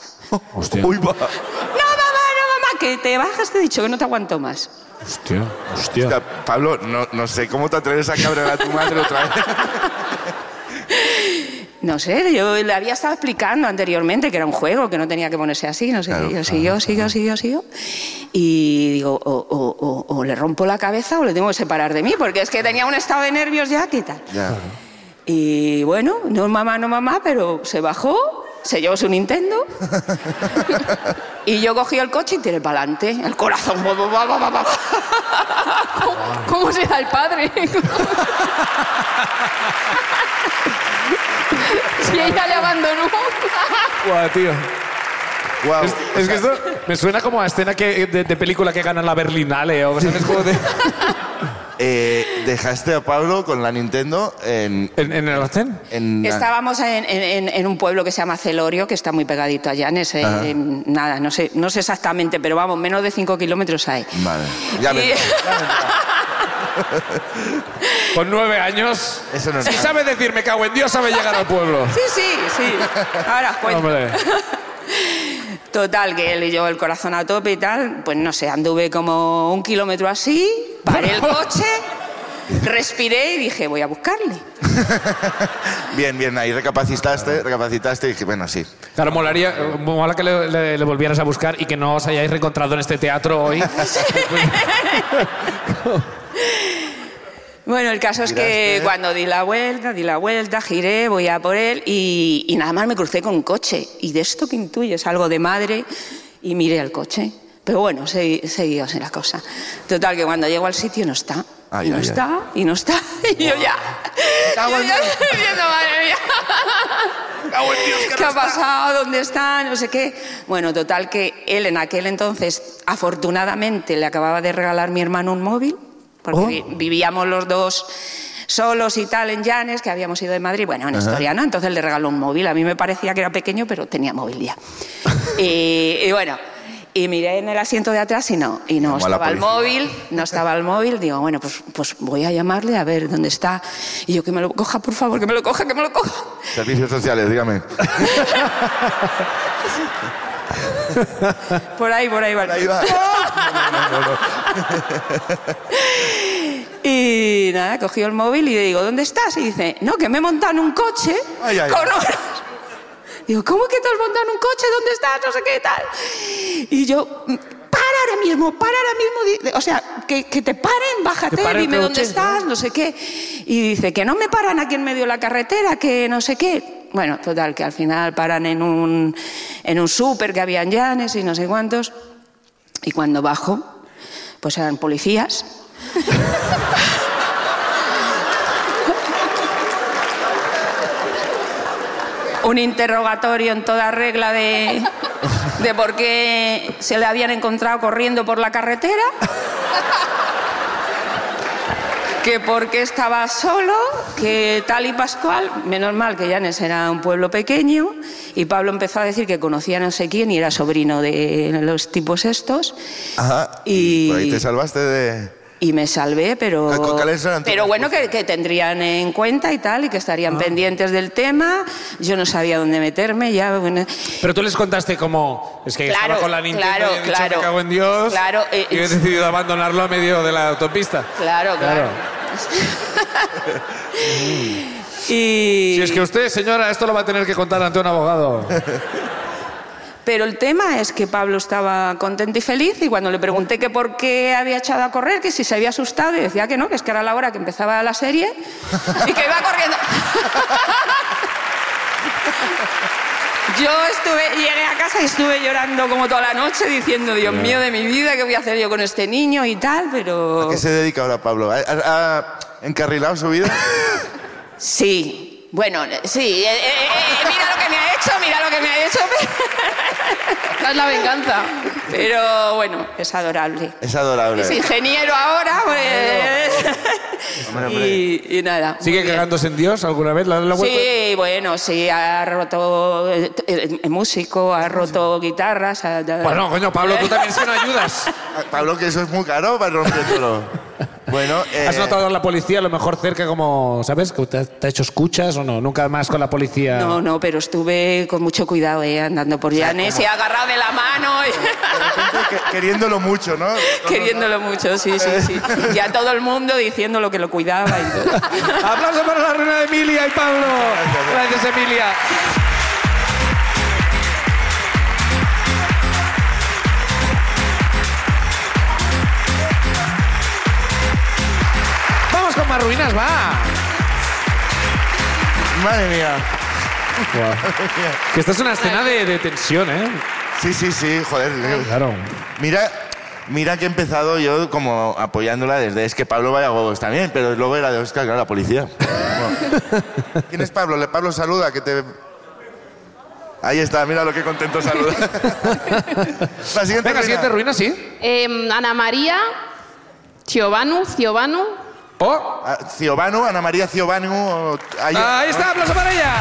Hostia,
Uy, va.
No, mamá, no, mamá, que te bajas, te he dicho que no te aguanto más.
hostia, hostia.
O sea, Pablo, no, no sé cómo te atreves a cabrear a tu madre otra vez.
No sé, yo le había estado explicando anteriormente que era un juego, que no tenía que ponerse así, no sé
Claro,
qué. Yo siguió, siguió, siguió, siguió. Y digo, o, o- o- o le rompo la cabeza o le tengo que separar de mí, porque es que tenía un estado de nervios ya, ¿qué tal?
Ya.
Y bueno, no mamá, no mamá, pero se bajó, se llevó su Nintendo. y yo cogí el coche y tiré para adelante, el corazón. bo, bo, bo, bo, bo, bo.
¿Cómo, cómo será el padre? si ella le abandonó.
Buah, tío.
Guau.
Es, es que esto me suena como a escena que, de, de película que ganan la Berlinale. O, ¿sabes? Como de-
Eh, dejaste a Pablo con la Nintendo en...
en, en el alacén.
en
Estábamos en, en- en- en un pueblo que se llama Celorio, que está muy pegadito allá, en ese, en- nada, no sé, no sé exactamente, pero vamos, menos de 5 kilómetros hay.
Vale. Ya me...
Y-
Con nueve años.
Eso no es
si
nada.
sabe decir me cago en Dios, sabe llegar al pueblo.
Sí, sí, sí. Ahora os cuento.
Hombre.
Total, que él y yo el corazón a tope y tal, pues no sé, anduve como un kilómetro así, paré el coche, respiré y dije, voy a buscarle.
Bien, bien, ahí recapacitaste, recapacitaste y dije, bueno, sí.
Claro, molaría, mola que le, le- le volvieras a buscar y que no os hayáis reencontrado en este teatro hoy.
Bueno, el caso es
Giraste.
que cuando di la vuelta, di la vuelta, giré, voy a por él y, y nada más me crucé con un coche. Y de esto que intuyes algo de madre y miré al coche. Pero bueno, se- seguíos en la cosa. Total, que cuando llego al sitio no está.
Ay,
y no
ay, ay.
está, y no está. Y yo ya.
cago
Yo
en
ya
Dios.
diciendo, madre mía. ¿Qué ha pasado? ¿Dónde está? No sé qué. Bueno, total que él en aquel entonces, afortunadamente, le acababa de regalar mi hermano un móvil, porque
Oh.
vi- vivíamos los dos solos y tal en Llanes, que habíamos ido de Madrid, bueno, en historia, ¿no? Entonces le regaló un móvil. A mí me parecía que era pequeño, pero tenía móvil ya. y, y bueno, y miré en el asiento de atrás y no, y no
Llamó a la
estaba el
policía.
móvil, no estaba el móvil. Digo, bueno, pues, pues voy a llamarle a ver dónde está. Y yo, que me lo coja, por favor, que me lo coja, que me lo coja.
Servicios sociales, dígame.
Por ahí, por ahí, vale.
Ahí va.
Y nada, cogió el móvil y le digo, ¿dónde estás? Y dice, no, que me he montado en un coche
Ay, ay,
con
ay.
horas. Digo, ¿cómo que te has montado en un coche? ¿Dónde estás? No sé qué y tal. Y yo, para ahora mismo, para ahora mismo. Di- O sea, que, que te paren, bájate,
Que pare el
dime dónde
coche,
estás, no sé qué. Y dice, que no me paran aquí en medio de la carretera, que no sé qué. Bueno, total, que al final paran en un, en un súper que había en Llanes y no sé cuántos. Y cuando bajo, pues eran policías. Un interrogatorio en toda regla de, de por qué se le habían encontrado corriendo por la carretera. Que por qué estaba solo, que tal y Pascual. Menos mal que Llanes era un pueblo pequeño y Pablo empezó a decir que conocía a no sé quién y era sobrino de los tipos estos.
Ajá.
Y-
Por ahí te salvaste de...
Y me salvé, pero.
¿Cu- cu- cuáles eran tus Ah.
Pero bueno, que, que tendrían en cuenta y tal, y que estarían pendientes del tema. Yo no sabía dónde meterme, ya. Bueno.
Pero tú les contaste como es que
Claro,
estaba con la Nintendo
claro,
y he dicho,
claro.
me cago en Dios
Claro, eh,
y he
eh,
decidido abandonarlo a medio de la autopista.
Claro, claro.
Claro.
y...
Si es que usted, señora, esto lo va a tener que contar ante un abogado.
Pero el tema es que Pablo estaba contento y feliz y cuando le pregunté que por qué había echado a correr, que si se había asustado, y decía que no, que es que era la hora que empezaba la serie y que iba corriendo. Yo estuve, llegué a casa y estuve llorando como toda la noche diciendo, Dios mío de mi vida, ¿qué voy a hacer yo con este niño y tal? Pero...
¿A qué se dedica ahora Pablo? ¿Ha, ha- ha encarrilado su vida?
Sí, bueno, sí, eh, eh, eh, mira lo que me ha hecho, mira lo que me ha hecho,
Esta es la venganza.
pero bueno, es adorable.
Es adorable.
Es ingeniero ahora, pues.
Hombre, hombre.
y, y nada.
¿Sigue cagándose en Dios alguna vez? ¿La, la vuelta?
Sí, bueno, sí, ha roto eh, t- eh, eh, músico, ha roto guitarras. ha-
Bueno, coño, Pablo, tú también es que no ayudas.
Ah, Pablo, que eso es muy caro para romperlo. bueno, eh,
¿Has notado a la policía a lo mejor cerca como, ¿sabes? Que ¿Te, te ha hecho escuchas o no? Nunca más con la policía.
No, no, pero estuve con mucho cuidado eh, andando por Llanes y agarrado de la mano,
de
y-
repente que- queriéndolo mucho, ¿no?
queriéndolo mucho, sí, sí,
Eh.
sí. Y a todo el mundo diciendo lo que lo cuidaba. y todo.
¡Aplauso para la reina de Emilia y Pablo! Gracias, Emilia. Vamos con más ruinas, va.
Madre mía.
Que esta es una escena de, de tensión, ¿eh?
Sí, sí, sí, joder.
Claro.
Mira, mira que he empezado yo como apoyándola desde es que Pablo vaya huevos también, pero luego era de Oscar, claro, la policía. Bueno. ¿Quién es Pablo? Le Pablo saluda, que te. Ahí está, mira lo que contento saluda. La
Venga,
siguiente ruina.
siguiente ruina, sí.
Em, Ana María, Ciobanu, Ciobanu.
Oh.
Ah, Ciobanu, Ana María Ciobanu. o- ahí-
Ahí está, aplauso para ella.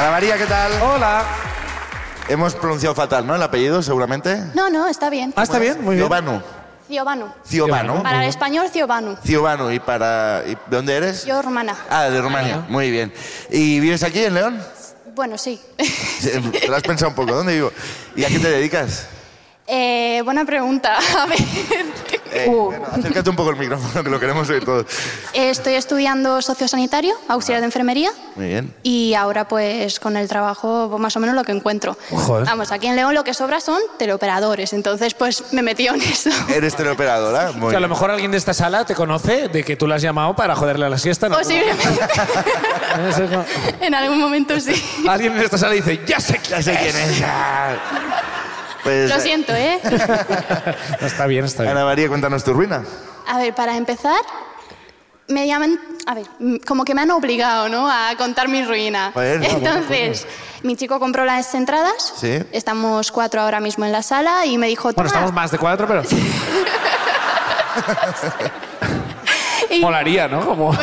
Ana María, ¿qué tal?
Hola.
Hemos pronunciado fatal, ¿no? El apellido, seguramente.
No, no, está bien.
Ah, está bien, muy bien.
Ciobanu.
Ciobanu.
Ciobanu.
Para el español, Ciobanu.
Ciobanu. ¿Y para. ¿y ¿De dónde eres?
Yo, romana.
Ah, de Rumania. Muy bien. ¿Y vives aquí, en León?
Bueno, sí.
Sí, Te lo has pensado un poco. ¿Dónde vivo? ¿Y a qué te dedicas?
Eh, buena pregunta. A ver.
Eh,
Uh.
bueno, acércate un poco el micrófono, que lo queremos oír todos.
Estoy estudiando sociosanitario, auxiliar de enfermería.
Muy bien.
Y ahora, pues, con el trabajo, pues, más o menos lo que encuentro. Vamos, aquí en León lo que sobra son teleoperadores. Entonces, pues, me metí en eso.
¿Eres teleoperadora? Muy
O sea, a lo
bien.
mejor alguien de esta sala te conoce de que tú la has llamado para joderle a la siesta. ¿no?
Posiblemente. en algún momento sí.
Alguien de esta sala dice, ya sé quién
Ya sé quién es. Pues,
Lo
eh,
siento, ¿eh?
es". No, está bien, está bien.
Ana María, cuéntanos tu ruina.
A ver, para empezar, me llaman, a ver, mm, como que me han obligado, ¿no? A contar mi ruina.
Joder, no,
Entonces, mi chico compró las entradas.
Sí.
Estamos cuatro ahora mismo en la sala y me dijo,
Bueno,
"Toma".
estamos más de cuatro, pero
Y-
molaría, ¿no? Como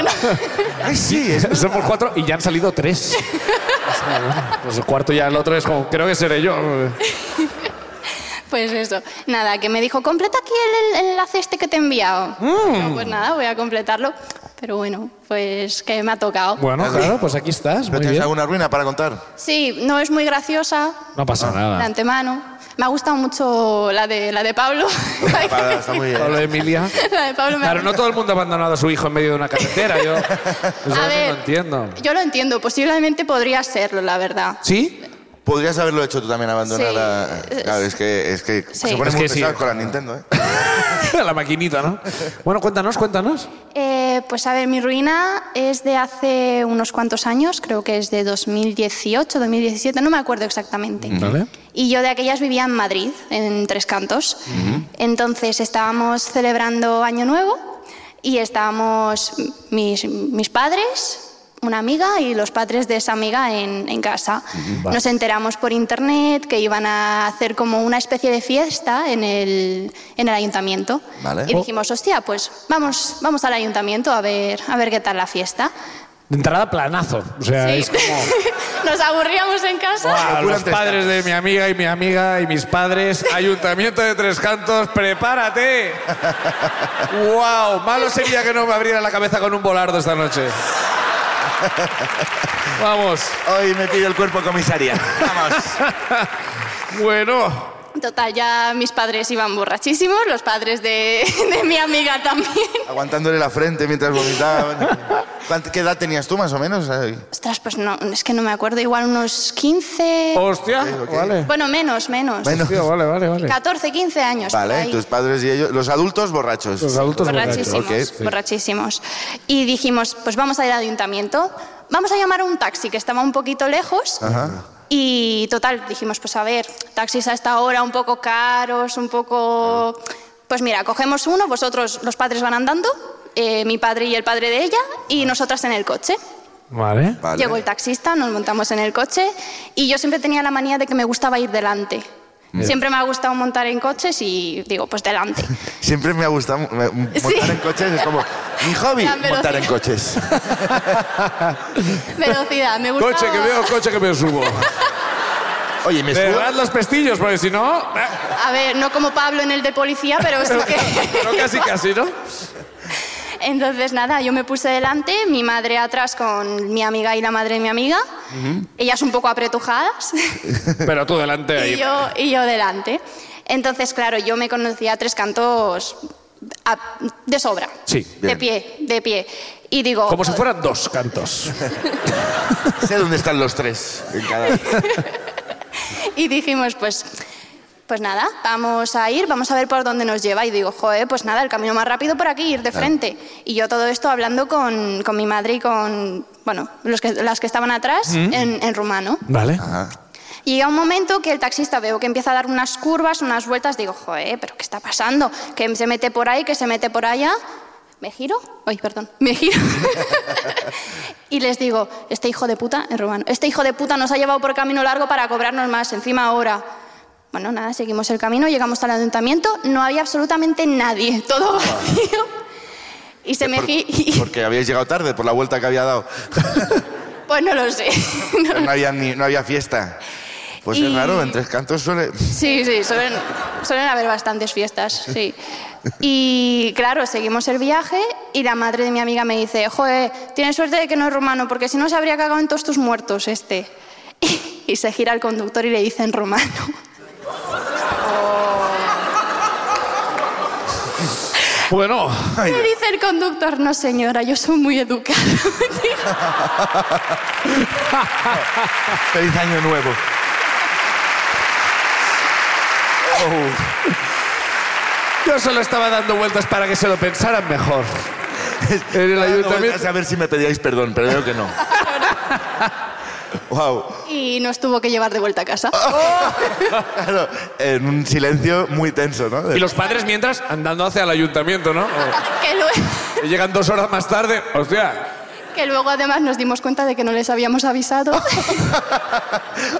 Ay, sí, es
somos cuatro y ya han salido tres. O sea, bueno, Pues el cuarto ya el otro es como, creo que seré yo.
Pues eso, nada, que me dijo, completa aquí el, el enlace este que te he
Mm.
enviado. Yo, pues nada, voy a completarlo. Pero bueno, pues que me ha tocado.
Bueno, claro, pues aquí estás.
¿Pero
Muy
tienes
bien.
alguna ruina para contar?
Sí, no es muy graciosa
No
Ah.
pasa
de
nada.
antemano. Me ha gustado mucho la de, la de Pablo.
Para- está muy bien.
Pablo Emilia.
la de Pablo me ha
Claro, no todo el mundo ha abandonado a su hijo en medio de una carretera. Yo eso
A ver,
no entiendo.
Yo lo entiendo, posiblemente podría serlo, la verdad.
¿Sí?
Podrías haberlo hecho tú también, abandonar
Sí.
a... Claro, es que, es que
Sí.
se pone
Es
muy
que sí.
pesado con la Nintendo, ¿eh?
La maquinita, ¿no? Bueno, cuéntanos, cuéntanos.
Eh, pues a ver, mi ruina es de hace unos cuantos años, creo que es de 2018, 2017, no me acuerdo exactamente.
Vale.
Y yo de aquellas vivía en Madrid, en Tres Cantos. Entonces estábamos celebrando Año Nuevo y estábamos mis, mis padres, una amiga y los padres de esa amiga en, en casa. Nos enteramos por internet que iban a hacer como una especie de fiesta en el, en el ayuntamiento.
Vale.
Y dijimos, hostia, pues vamos, vamos al ayuntamiento a ver, a ver qué tal la fiesta.
De entrada, planazo. O sea,
Sí.
es como...
Nos aburríamos en casa.
A
Locura
los padres de mi amiga y mi amiga y mis padres, Ayuntamiento de Tres Cantos, prepárate. ¡Wow! Malo sería que no me abriera la cabeza con un volardo esta noche. Vamos.
Hoy me pide el cuerpo comisaría. Vamos.
Bueno.
Total, ya mis padres iban borrachísimos, los padres de, de mi amiga también.
Aguantándole la frente mientras vomitaba. ¿Cuánt- ¿Qué edad tenías tú, más o menos? Ay,
Ostras, pues no, es que no me acuerdo, igual unos 15...
Hostia.
ok.
Vale.
Bueno, menos, menos.
Menos.
Hostia, vale, vale, vale.
14, 15 años. por
Vale,
ahí.
tus padres y ellos... Los adultos borrachos.
Los adultos
borrachísimos,
borrachos, ok, sí.
borrachísimos. Y dijimos, pues vamos al ayuntamiento, vamos a llamar a un taxi que estaba un poquito lejos.
Ajá.
Y total, dijimos, pues a ver, taxis a esta hora un poco caros, un poco...
Ah.
Pues mira, cogemos uno, vosotros los padres van andando, eh, mi padre y el padre de ella,
Ah.
y nosotras en el coche.
Vale.
Vale.
Llegó el taxista, nos montamos en el coche y yo siempre tenía la manía de que me gustaba ir delante. Siempre me ha gustado montar en coches y digo, pues delante.
Siempre me ha gustado me- montar
Sí.
en coches. Es como mi hobby,
La velocidad.
montar en coches.
Velocidad, me gustaba.
Coche que veo, coche que me subo.
Oye, me subo...
Cerrad los pestillos, porque si no, eh,
A ver, no como Pablo en el de policía, pero sí que...
no casi casi, ¿no?
Entonces, nada, yo me puse delante, mi madre atrás con mi amiga y la madre de mi amiga. Ellas un poco apretujadas.
Pero tú delante
y,
ahí.
yo, y yo delante. Entonces, claro, yo me conocía tres cantos a- de sobra.
Sí,
De
bien.
pie, de pie. Y digo...
Como si fueran dos cantos.
Sé dónde están los tres. en cada-
Y dijimos, pues... Pues nada, vamos a ir, vamos a ver por dónde nos lleva. Y digo, joder, pues nada, el camino más rápido por aquí, ir de frente. Y yo todo esto hablando con, con mi madre y con, bueno, los que, las que estaban atrás en, en rumano.
Vale.
Ah,
Y llega un momento que el taxista veo que empieza a dar unas curvas, unas vueltas, digo, joder, pero ¿qué está pasando? Que se mete por ahí, que se mete por allá. ¿Me giro? Ay, perdón, me giro. y les digo, este hijo de puta, en romano, este hijo de puta nos ha llevado por camino largo para cobrarnos más, encima ahora. Bueno, nada, seguimos el camino, llegamos al ayuntamiento, no había absolutamente nadie, todo vacío. Y se me gi- y-
Porque habíais llegado tarde por la vuelta que había dado.
Pues no lo sé. No
No había, ni- no había fiesta. Pues es
Y-
raro, en tres cantos suele.
Sí, sí, suelen, suelen haber bastantes fiestas, sí. Y claro, seguimos el viaje y la madre de mi amiga me dice, joder, tienes suerte de que no es romano, porque si no se habría cagado en todos tus muertos este. Y, se gira el conductor y le dice en romano.
Bueno,
Le dice el conductor, no señora, yo soy muy educada.
¡Feliz año nuevo!
yo solo estaba dando vueltas para que se lo pensaran mejor. En el ayuntamiento.
A ver si me pedíais perdón, pero veo que no. wow.
Y nos tuvo que llevar de vuelta a casa.
Claro, en un silencio muy tenso, ¿no?
Y los padres mientras andando hacia el ayuntamiento, ¿no?
Que luego,
Y llegan dos horas más tarde. Hostia,
que luego además nos dimos cuenta de que no les habíamos avisado.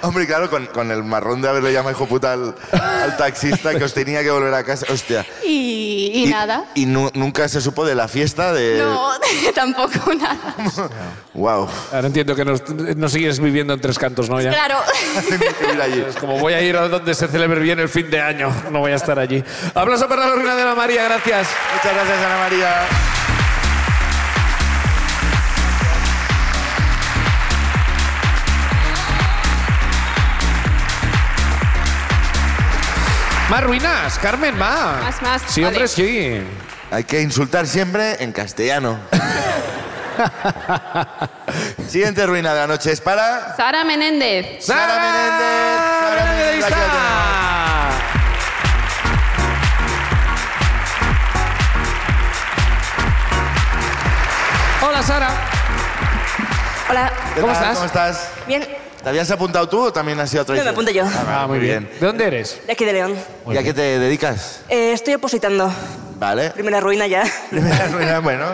Hombre, claro, con, con el marrón de haberle llamado hijo puta al, al taxista que os tenía que volver a casa. Hostia.
Y, y nada.
Y nu- nunca se supo de la fiesta de.
No, tampoco nada.
¡Wow!
ahora entiendo que nos- no sigues viviendo en tres cantos, ¿no? Ya.
Claro.
Tengo que ir allí.
Es como voy a ir a donde se celebre bien el fin de año. No voy a estar allí. Aplauso para la ruina de la María, gracias.
Pues Muchas gracias, Ana María.
Más ruinas, Carmen, más.
Más, más,
Sí,
vale.
hombre, sí.
Hay que insultar siempre en castellano. Siguiente ruina de la noche es para.
Sara Menéndez.
Sara Menéndez, Sara
Menéndez, ahí
Menéndez, aquí la
está.
Hola, Sara.
¿Qué
¿Cómo
tal?
estás?
¿Cómo estás?
Bien,
¿Te habías apuntado tú o también has sido otra?
No, me apunto yo.
Ah, muy bien. ¿De dónde eres?
de aquí de León.
¿Y a qué te dedicas?
Eh, estoy opositando.
Vale.
Primera ruina ya.
Primera ruina, bueno.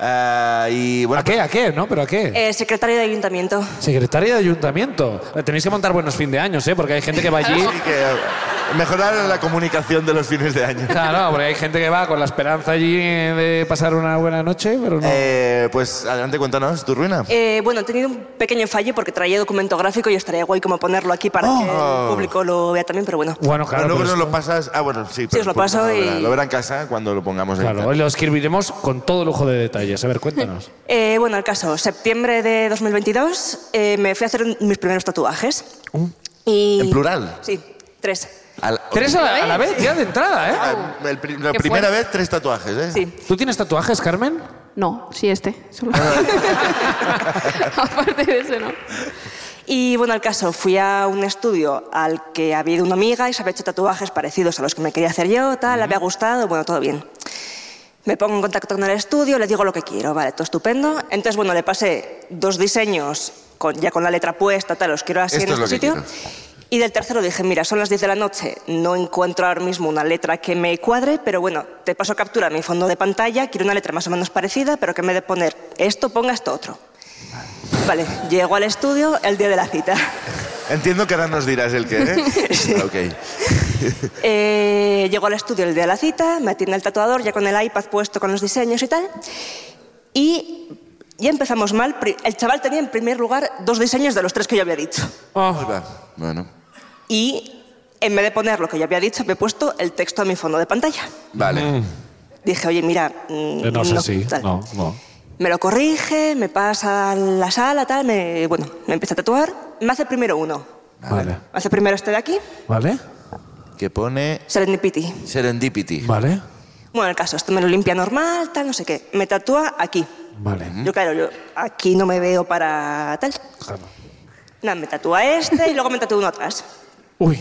Ah, y bueno,
¿A qué? ¿A qué? ¿No? ¿Pero a qué?
Eh, secretaria de ayuntamiento.
Secretaria de ayuntamiento. Tenéis que montar buenos fin de año, ¿eh? Porque hay gente que va allí.
sí que eh, mejorar la comunicación de los fines de año.
Claro, porque hay gente que va con la esperanza allí de pasar una buena noche, pero no.
Eh, pues adelante, cuéntanos tu ruina.
Eh, bueno, he tenido un pequeño fallo porque traía documento gráfico y estaría guay como ponerlo aquí para que el público lo vea también, pero bueno.
bueno, pues
Bueno,
claro.
luego
pero
nos
es-
lo pasas. Ah, bueno, sí.
os lo paso
no verá,
y-
Lo verá en casa cuando lo pongamos en
Claro,
internet.
lo escribiremos con todo lujo de detalles. A ver, cuéntanos.
Eh, bueno, el caso, septiembre de 2022 eh, me fui a hacer un- mis primeros tatuajes. Y...
¿En plural?
Sí, tres.
Al-
Tres a la, a la vez, ya de entrada, ¿eh?
Ah, el pri- la
Qué
primera
fuerte.
vez, tres tatuajes, ¿eh?
Sí.
¿Tú tienes tatuajes, Carmen?
No, sí, este. solo. Aparte de ese, no.
Y bueno, el caso, fui a un estudio al que había ido una amiga y se había hecho tatuajes parecidos a los que me quería hacer yo, tal, le había gustado, bueno, todo bien. Me pongo en contacto con el estudio, le digo lo que quiero, vale, todo estupendo. Entonces, bueno, le pasé dos diseños con- ya con la letra puesta, tal, los quiero así
Esto
en
es lo
este
que
sitio. Y del tercero dije, mira, son las 10 de la noche, no encuentro ahora mismo una letra que me cuadre, pero bueno, te paso captura a mi fondo de pantalla, quiero una letra más o menos parecida, pero que en vez de poner esto, ponga esto otro. Vale, llego al estudio el día de la cita.
Entiendo que ahora nos dirás el qué, ¿eh? Ok.
Eh, llego al estudio el día de la cita, me atiende el tatuador ya con el iPad puesto con los diseños y tal. Y ya empezamos mal. Pri- El chaval tenía en primer lugar dos diseños de los tres que yo había dicho. Oh,
Ahí va. Bueno.
Y en vez de poner lo que yo había dicho, me he puesto el texto a mi fondo de pantalla.
Vale.
Dije, oye, mira. mm,
Mm, No sé si.
tal.
No, no.
Me lo corrige, me pasa a la sala, tal. Me, bueno, me empieza a tatuar. Me hace primero uno.
Vale.
Me hace primero este de aquí,
¿Vale?
Que pone
Serendipity.
serendipity.
Vale.
Bueno, el caso, esto me lo limpia normal, tal, no sé qué. Me tatúa aquí.
Vale.
Yo, claro, yo aquí no me veo para tal.
Claro.
Nada, me tatúa este y luego me tatúa uno atrás.
Uy.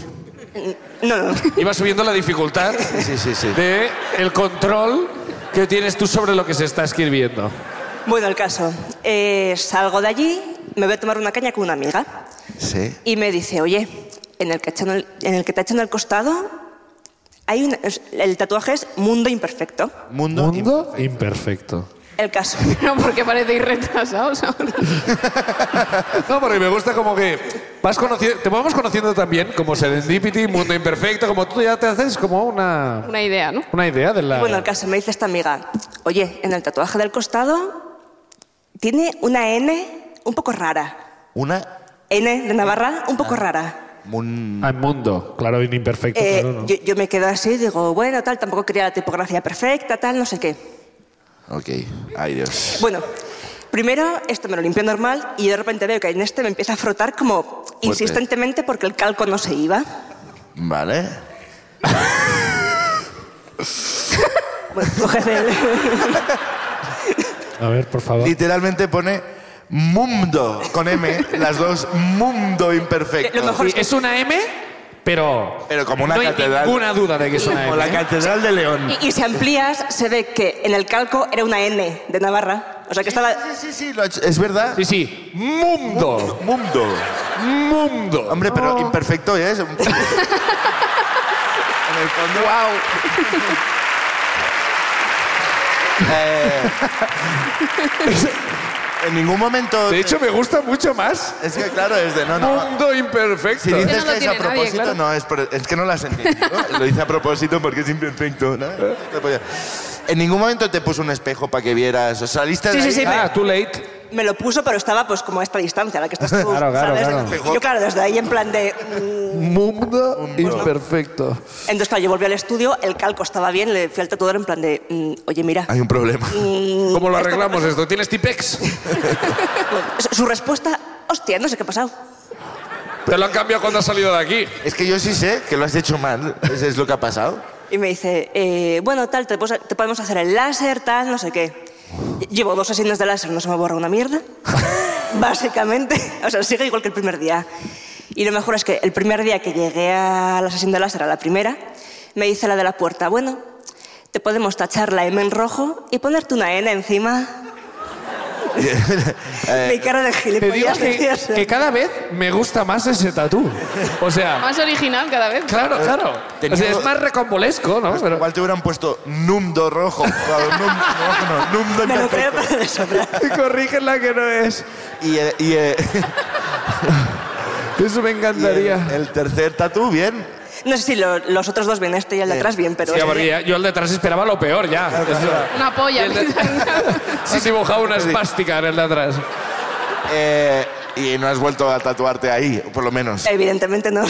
No, no.
Iba subiendo la dificultad
Sí, sí, sí.
de el control que tienes tú sobre lo que se está escribiendo.
Bueno, el caso. eh, salgo de allí, me voy a tomar una caña con una amiga.
Sí.
Y me dice, oye, en el que, te echan al- en el que te echan al costado, hay un- es- el tatuaje es mundo imperfecto.
Mundo.
Mundo imperfecto.
El caso.
No, porque parecéis retrasados ahora.
No, porque me gusta como que vas conociendo, te vamos conociendo también como Serendipity, Mundo Imperfecto, como tú ya te haces como una,
Una idea, ¿no?
una idea de la...
Bueno, el caso, me dice esta amiga, oye, en el tatuaje del costado tiene una N un poco rara.
Una.
N de Navarra un poco rara.
mun-
Ah, en mundo, claro, en imperfecto.
Eh,
claro, ¿no?
yo, yo me quedo así, digo, bueno, tal, tampoco quería la tipografía perfecta, tal, no sé qué.
Ok. Ay, Dios.
Bueno, primero esto me lo limpié normal y de repente veo que en este me empieza a frotar como insistentemente porque el calco no se iba.
Vale.
Bueno, coges el...
A ver, por favor.
Literalmente pone mundo con M, las dos, mundo imperfecto.
Lo mejor es
Y
que
es una M, pero.
Pero como una
no
catedral.
hay ninguna duda de que es una
Como la
M. ¿eh?
catedral de León.
Y, y si amplías, se ve que en el calco era una N de Navarra. O sea que estaba.
Sí, sí, sí, lo ha hecho- es verdad.
Sí, sí. Mundo.
Mundo.
Mundo.
Hombre, pero imperfecto es. en el fondo. ah, Eh, en ningún momento.
De hecho, me gusta mucho más
es que claro, es de no, no.
Mundo Imperfecto.
Si dices
no
que es a
tiene nadie,
propósito,
claro.
no, es, por- es que no lo has entendido. Lo hice a propósito porque es imperfecto. ¿no? En ningún momento te puso un espejo para que vieras. O saliste de
Sí, sí,
ahí-
sí,
Ah, too late.
Me lo puso, pero estaba pues como a esta distancia, a la que estás tú.
Claro, claro,
¿sabes?
claro.
Y Yo, claro, desde ahí en plan de. mm.
Mundo Imperfecto.
Entonces, claro, yo volví al estudio, el calco estaba bien, le fui al tatuador en plan de. mm, Oye, mira.
Ah.
Hay un problema.
Uh.
¿Cómo lo arreglamos esto? ¿Tienes Tipex?
Su- Su respuesta, hostia, no sé qué ha pasado.
Te lo han cambiado cuando has salido de aquí.
Es que yo sí sé que lo has hecho mal. Eso es lo que ha pasado.
Y me dice, eh, bueno, tal, te, pos- te podemos hacer el láser, tal, no sé qué. Llevo dos sesiones de láser, no se me borra una mierda. Básicamente, o sea, sigue igual que el primer día. Y lo mejor es que el primer día que llegué a la sesión de láser, a la primera, me dice la de la puerta, bueno, te podemos tachar la M en rojo y ponerte una N encima. Mi cara de
Eh, Te digo
gilipollas.
que,
decía,
que cada vez me gusta más ese tatú. O sea,
Más original cada vez.
claro, claro. O sea,
Tenía-
es más recombolesco, ¿no? Pero-
Igual te hubieran puesto numdo rojo. Claro, num- no, no, numdo
me lo creo,
imperfecto.
pero de sobra.
Y corrigen la que no es.
Y, eh, y, eh,
Eso me
y el,
encantaría.
el tercer tatú, bien.
No sé si lo- los otros dos bien, este y el de atrás bien, pero...
Hostia,
ese
Eh, porque ya- yo al detrás esperaba lo peor ya.
Una polla.
Sí, dibujado una espástica en el de atrás.
Eh, y no has vuelto a tatuarte ahí, por lo menos.
Eh. Evidentemente no.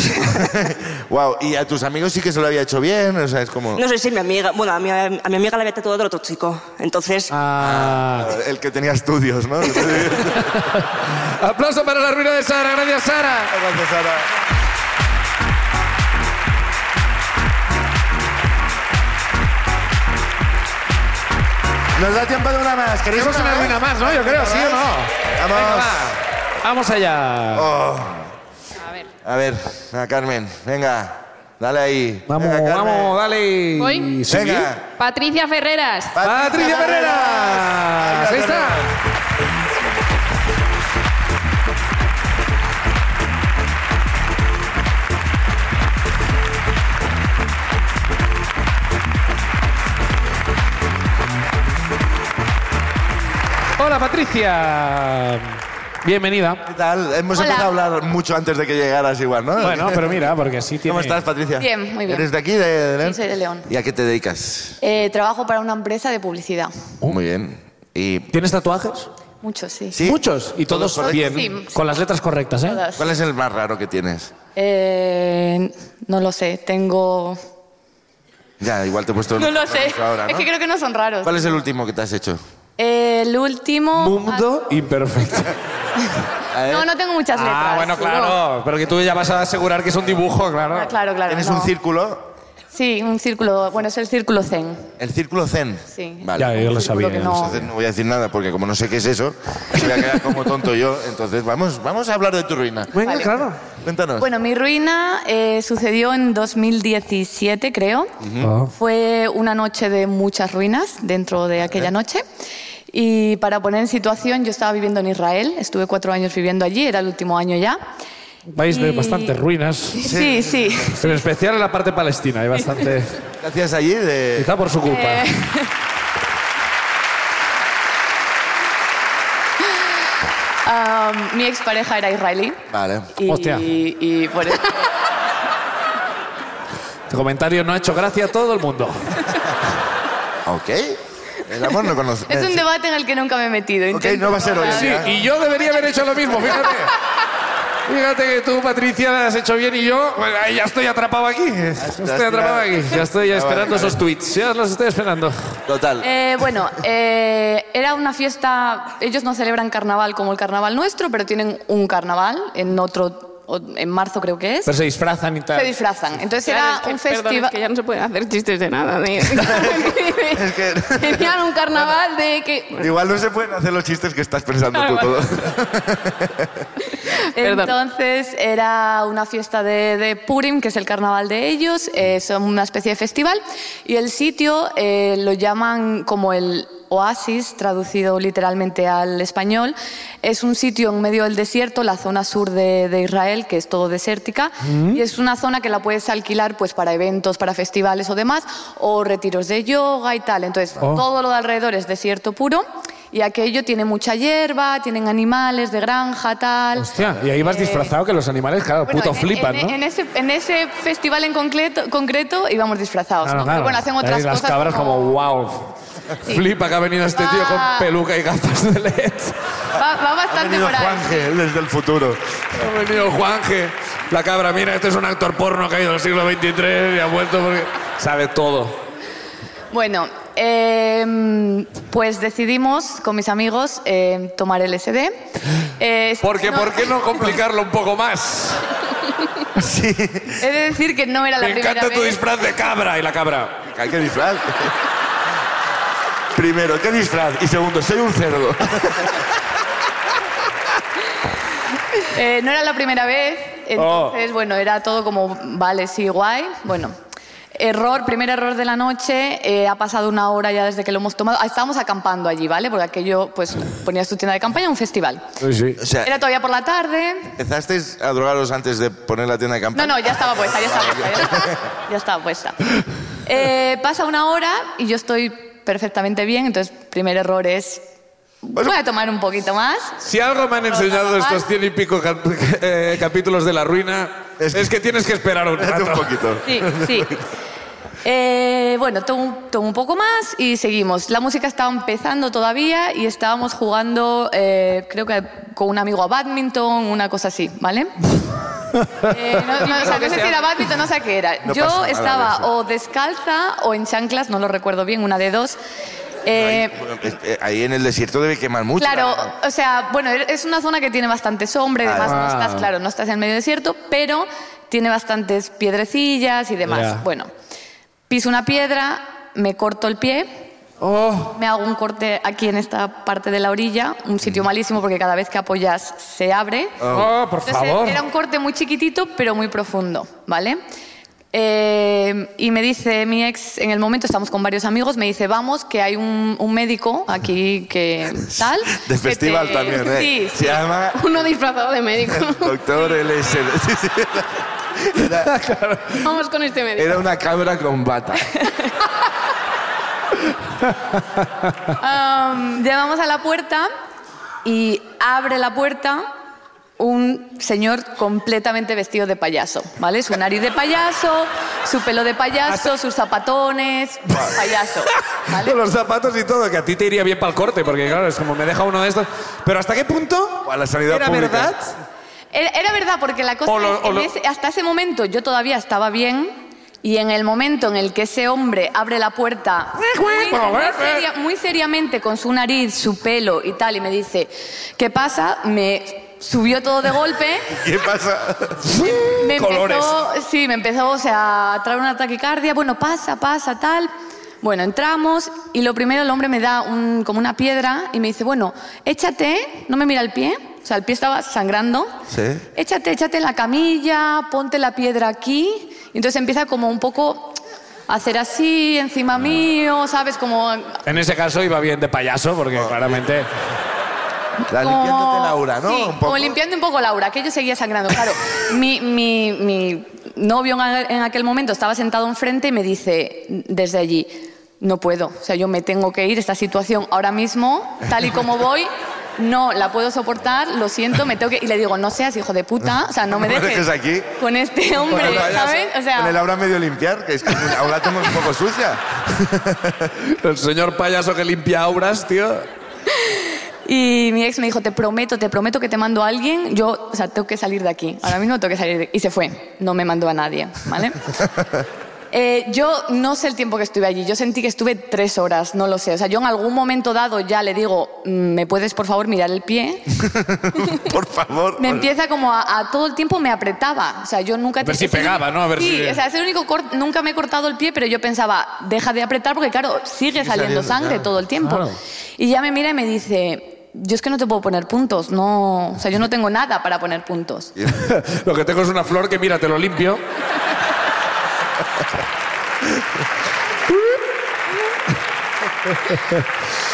wow. Y a tus amigos sí que se lo había hecho bien. O sea, es como
No sé si mi amiga, bueno, a mi, a mi amiga la había tatuado otro chico. Entonces,
Ah.
el que tenía estudios, ¿no? Gracias,
Aplauso para la ruina de Sara. Gracias, Sara.
Sara. Nos da tiempo de una ¿eh? más. ¿Queréis
Tenemos una ruina más, ¿no? Yo creo, ¿sí o no?
Vamos.
Venga, va. Vamos allá.
A ver.
Oh. A ver, a Carmen, venga, dale ahí.
Vamos,
Venga, Carmen.
vamos, dale.
¿Voy?
Sí.
Venga.
Patricia Ferreras.
Patricia
Ferreras.
Ferreras. Ahí está. Hola, Patricia. Bienvenida.
¿Qué tal? Hemos
Hola.
empezado a hablar mucho antes de que llegaras igual, ¿no?
Bueno, pero mira, porque así tiene...
¿Cómo estás, Patricia?
Bien, muy bien.
¿Eres de aquí, de, de León?
Sí, soy de León.
¿Y a qué te dedicas?
Eh, trabajo para una empresa de publicidad.
Uh.
Muy bien. Y,
¿Tienes tatuajes?
Muchos, sí.
¿Sí?
Muchos. Y todos
Todos
bien.
correctos.
Con las letras correctas, ¿eh?
Todas.
¿Cuál es el más raro que tienes?
Eh, no lo sé, tengo...
Ya, igual te he puesto...
No lo
te he
sé.
puesto ahora,
Es
¿no?
que creo que no son raros.
¿Cuál es el último que te has hecho?
Eh, el último...
Mundo imperfecto.
A ver,
No, no tengo muchas letras.
Ah, bueno,
no.
claro. Pero que tú ya vas a asegurar que es un dibujo,
Ah,
claro.
claro, claro.
¿Tienes
no.
un círculo?
Sí, un círculo. Bueno, es el círculo zen.
¿El círculo zen?
Sí.
Vale.
Ya, yo lo sabía.
que
yo lo
no.
sabía.
Entonces no voy a decir nada porque como no sé qué es eso, voy a quedar como tonto yo. Entonces vamos, vamos a hablar de tu ruina.
Venga, claro.
Cuéntanos.
Bueno, mi ruina eh, sucedió en 2017, creo.
Ah.
Fue una noche de muchas ruinas dentro de aquella noche. Y para poner en situación, yo estaba viviendo en Israel, estuve cuatro años viviendo allí, era el último año ya.
País de
Y-
bastantes ruinas.
Sí, sí.
En especial en la parte palestina, hay bastante.
¿Qué hacías allí? De...
Quizá por su culpa.
Eh, Um, mi expareja era israelí.
Vale.
Y,
Hostia.
y por eso-
Este comentario no ha hecho gracia a todo el mundo.
Ok. El amor no conoce.
es un debate en el que nunca me he metido.
Ok,
intento
no va a ser hoy.
hablar.
Sí, y yo debería haber hecho lo mismo, fíjate. Fíjate que tú, Patricia, la has hecho bien y yo bueno, ahí ya estoy atrapado aquí. Ya Estoy atrapado aquí. Ya estoy ya
Ah, vale,
esperando
vale.
esos tweets. Ya los estoy esperando.
Total.
Eh, bueno, eh, era una fiesta. Ellos no celebran carnaval como el carnaval nuestro, pero tienen un carnaval en otro, o- en marzo creo que es.
Pero se disfrazan y
se
tal.
disfrazan. Entonces
Claro,
era
es que,
un
perdón,
festival.
es que ya no se pueden hacer chistes de nada. de- Tenían un carnaval de que.
Igual no se pueden hacer los chistes que estás pensando tú todo.
Perdón.
Entonces era una fiesta de, de Purim, que es el carnaval de ellos, eh, son una especie de festival, y el sitio eh, lo llaman como el oasis, traducido literalmente al español. Es un sitio en medio del desierto, la zona sur de, de Israel, que es todo desértica, y es una zona que la puedes alquilar pues, para eventos, para festivales o demás, o retiros de yoga y tal. Entonces,
Oh.
todo lo de alrededor es desierto puro. Y aquello tiene mucha hierba, tienen animales de granja, tal.
Hostia, y ahí vas
Eh,
disfrazado que los animales, claro,
bueno,
puto
en-
flipan,
en,
¿no?
en ese, en ese festival en concreto, concreto íbamos disfrazados.
Claro,
¿no?
claro.
Pero bueno, hacen
Ahí
otras
las
cosas.
cabras como, wow. Flipa que ha venido este tío con
Ah.
peluca y gafas de LED.
Va, va
Ha
bastante
venido
por ahí.
Juanje, él desde el futuro.
Ha venido Juanje. La cabra, mira, este es un actor porno que ha ido al siglo XXIII y ha vuelto porque... Sabe todo.
Bueno, eh, pues decidimos con mis amigos eh, tomar LSD. Eh,
Porque,
no-
¿por qué no complicarlo un poco más?
Sí.
He de decir que no era la
Me
primera
encanta tu
vez.
disfraz de cabra y la cabra.
Hay que disfraz. Primero, ¿qué disfraz? Y segundo, soy un cerdo.
Eh, no era la primera vez, entonces, bueno, era todo como, vale, sí, guay. Bueno, error, primer error de la noche, eh, ha pasado una hora ya desde que lo hemos tomado. Ah, Estábamos acampando allí, ¿vale? Porque aquello, pues, ponías tu tienda de campaña en un festival.
O sea,
Era todavía por la tarde.
¿empezasteis a drogaros antes de poner la tienda de
No,
campaña?
no, ya estaba puesta, ya estaba puesta. Ya estaba, ya estaba puesta. Eh, pasa una hora y yo estoy perfectamente bien, entonces, primer error es. Voy a tomar un poquito más.
Si algo me han enseñado estos cien y pico cap- eh, capítulos de La Ruina,
Es
es
que-
que, tienes que esperar un
Espérate
rato.
un poquito.
Sí, sí. Eh, bueno, tomo, tomo un poco más y seguimos. La música estaba empezando todavía y estábamos jugando, eh, creo que con un amigo a badminton, una cosa así, ¿vale? Eh, no, no, o sea, no sé si era badminton, no sé qué era.
No pasa
Yo
nada,
estaba
eso.
o descalza o en chanclas, no lo recuerdo bien, una de dos. Eh,
Bueno, es- eh, ahí en el desierto debe quemar mucho.
Claro, o sea, bueno, es una zona que tiene bastante sombra y
Claro.
demás, no
Ah.
estás, claro, no estás en medio desierto, pero tiene bastantes piedrecillas y demás.
Ya.
Bueno, piso una piedra, me corto el pie,
Oh,
me hago un corte aquí en esta parte de la orilla, un sitio malísimo porque cada vez que apoyas se abre.
oh, por
Entonces,
favor.
Era un corte muy chiquitito, pero muy profundo, ¿vale? Eh, y me dice mi ex, en el momento estamos con varios amigos, me dice, vamos, que hay un, un médico aquí que tal.
De
que
festival
te-
también, ¿eh?
Este, Sí,
Se llama
Uno disfrazado de médico.
Doctor LSD. Sí, sí. Era,
Vamos con este médico.
era una cabra con bata.
Um, llamamos a la puerta y abre la puerta un señor completamente vestido de payaso, ¿vale? Su nariz de payaso, su pelo de payaso, sus zapatones, payaso, ¿vale?
Con los zapatos y todo, que a ti te iría bien para el corte, porque claro, es como me deja uno de estos. Pero ¿hasta qué punto?
O a la sanidad
¿Era
pública.
verdad?
Era, era verdad, porque la cosa
O lo-
es,
o
en
lo-
ese- hasta ese momento yo todavía estaba bien y en el momento en el que ese hombre abre la puerta muy, muy seria- muy seriamente con su nariz, su pelo y tal, y me dice, ¿qué pasa? Me subió todo de golpe.
¿Qué pasa?
Me
Colores.
empezó, sí, me empezó, o sea, a traer una taquicardia. Bueno, pasa, pasa, tal. Bueno, entramos y lo primero el hombre me da un- como una piedra y me dice, bueno, échate, no me mira el pie, o sea, el pie estaba sangrando.
Sí.
Échate, échate en la camilla, ponte la piedra aquí. Y entonces empieza como un poco a hacer así encima mío, ¿sabes? Como
Oh.
En ese caso iba bien de payaso, porque claramente...
La
como-
limpiándote Laura, ¿no?
Sí,
Un poco.
como limpiando un poco Laura, que yo seguía sangrando. Claro, mi, mi- mi novio en a- en aquel momento estaba sentado enfrente y me dice desde allí, no puedo, o sea, yo me tengo que ir, esta situación ahora mismo, tal y como voy... No, la puedo soportar, lo siento, me tengo que... Y le digo, no seas hijo de puta, o sea, no me
No me
dejes,
dejes aquí.
con este hombre,
Bueno, vaya,
¿sabes? O sea,
con el aura medio limpiar, que es que ahora la tengo un poco sucia.
El señor payaso que limpia auras, tío.
Y mi ex me dijo, te prometo, te prometo que te mando a alguien. Yo, o sea, tengo que salir de aquí. Ahora mismo tengo que salir. de- Y se fue. No me mandó a nadie, ¿vale? Eh, yo no sé el tiempo que estuve allí. Yo sentí que estuve tres horas, no lo sé. O sea, yo en algún momento dado ya le digo, "Mm, ¿me puedes, por favor, mirar el pie?
Por favor.
Me empieza como a, a todo el tiempo me apretaba. O sea, yo nunca...
ver si
es el
pegaba,
único-
¿no? A ver
sí,
si-
o sea, es el único cort- Nunca me he cortado el pie, pero yo pensaba, deja de apretar porque, claro, sigue saliendo,
saliendo,
sangre
claro.
todo el tiempo.
Claro.
Y ya me mira y me dice, yo es que no te puedo poner puntos, no... O sea, yo no tengo nada para poner puntos.
Lo que tengo es una flor que, mira, te lo limpio.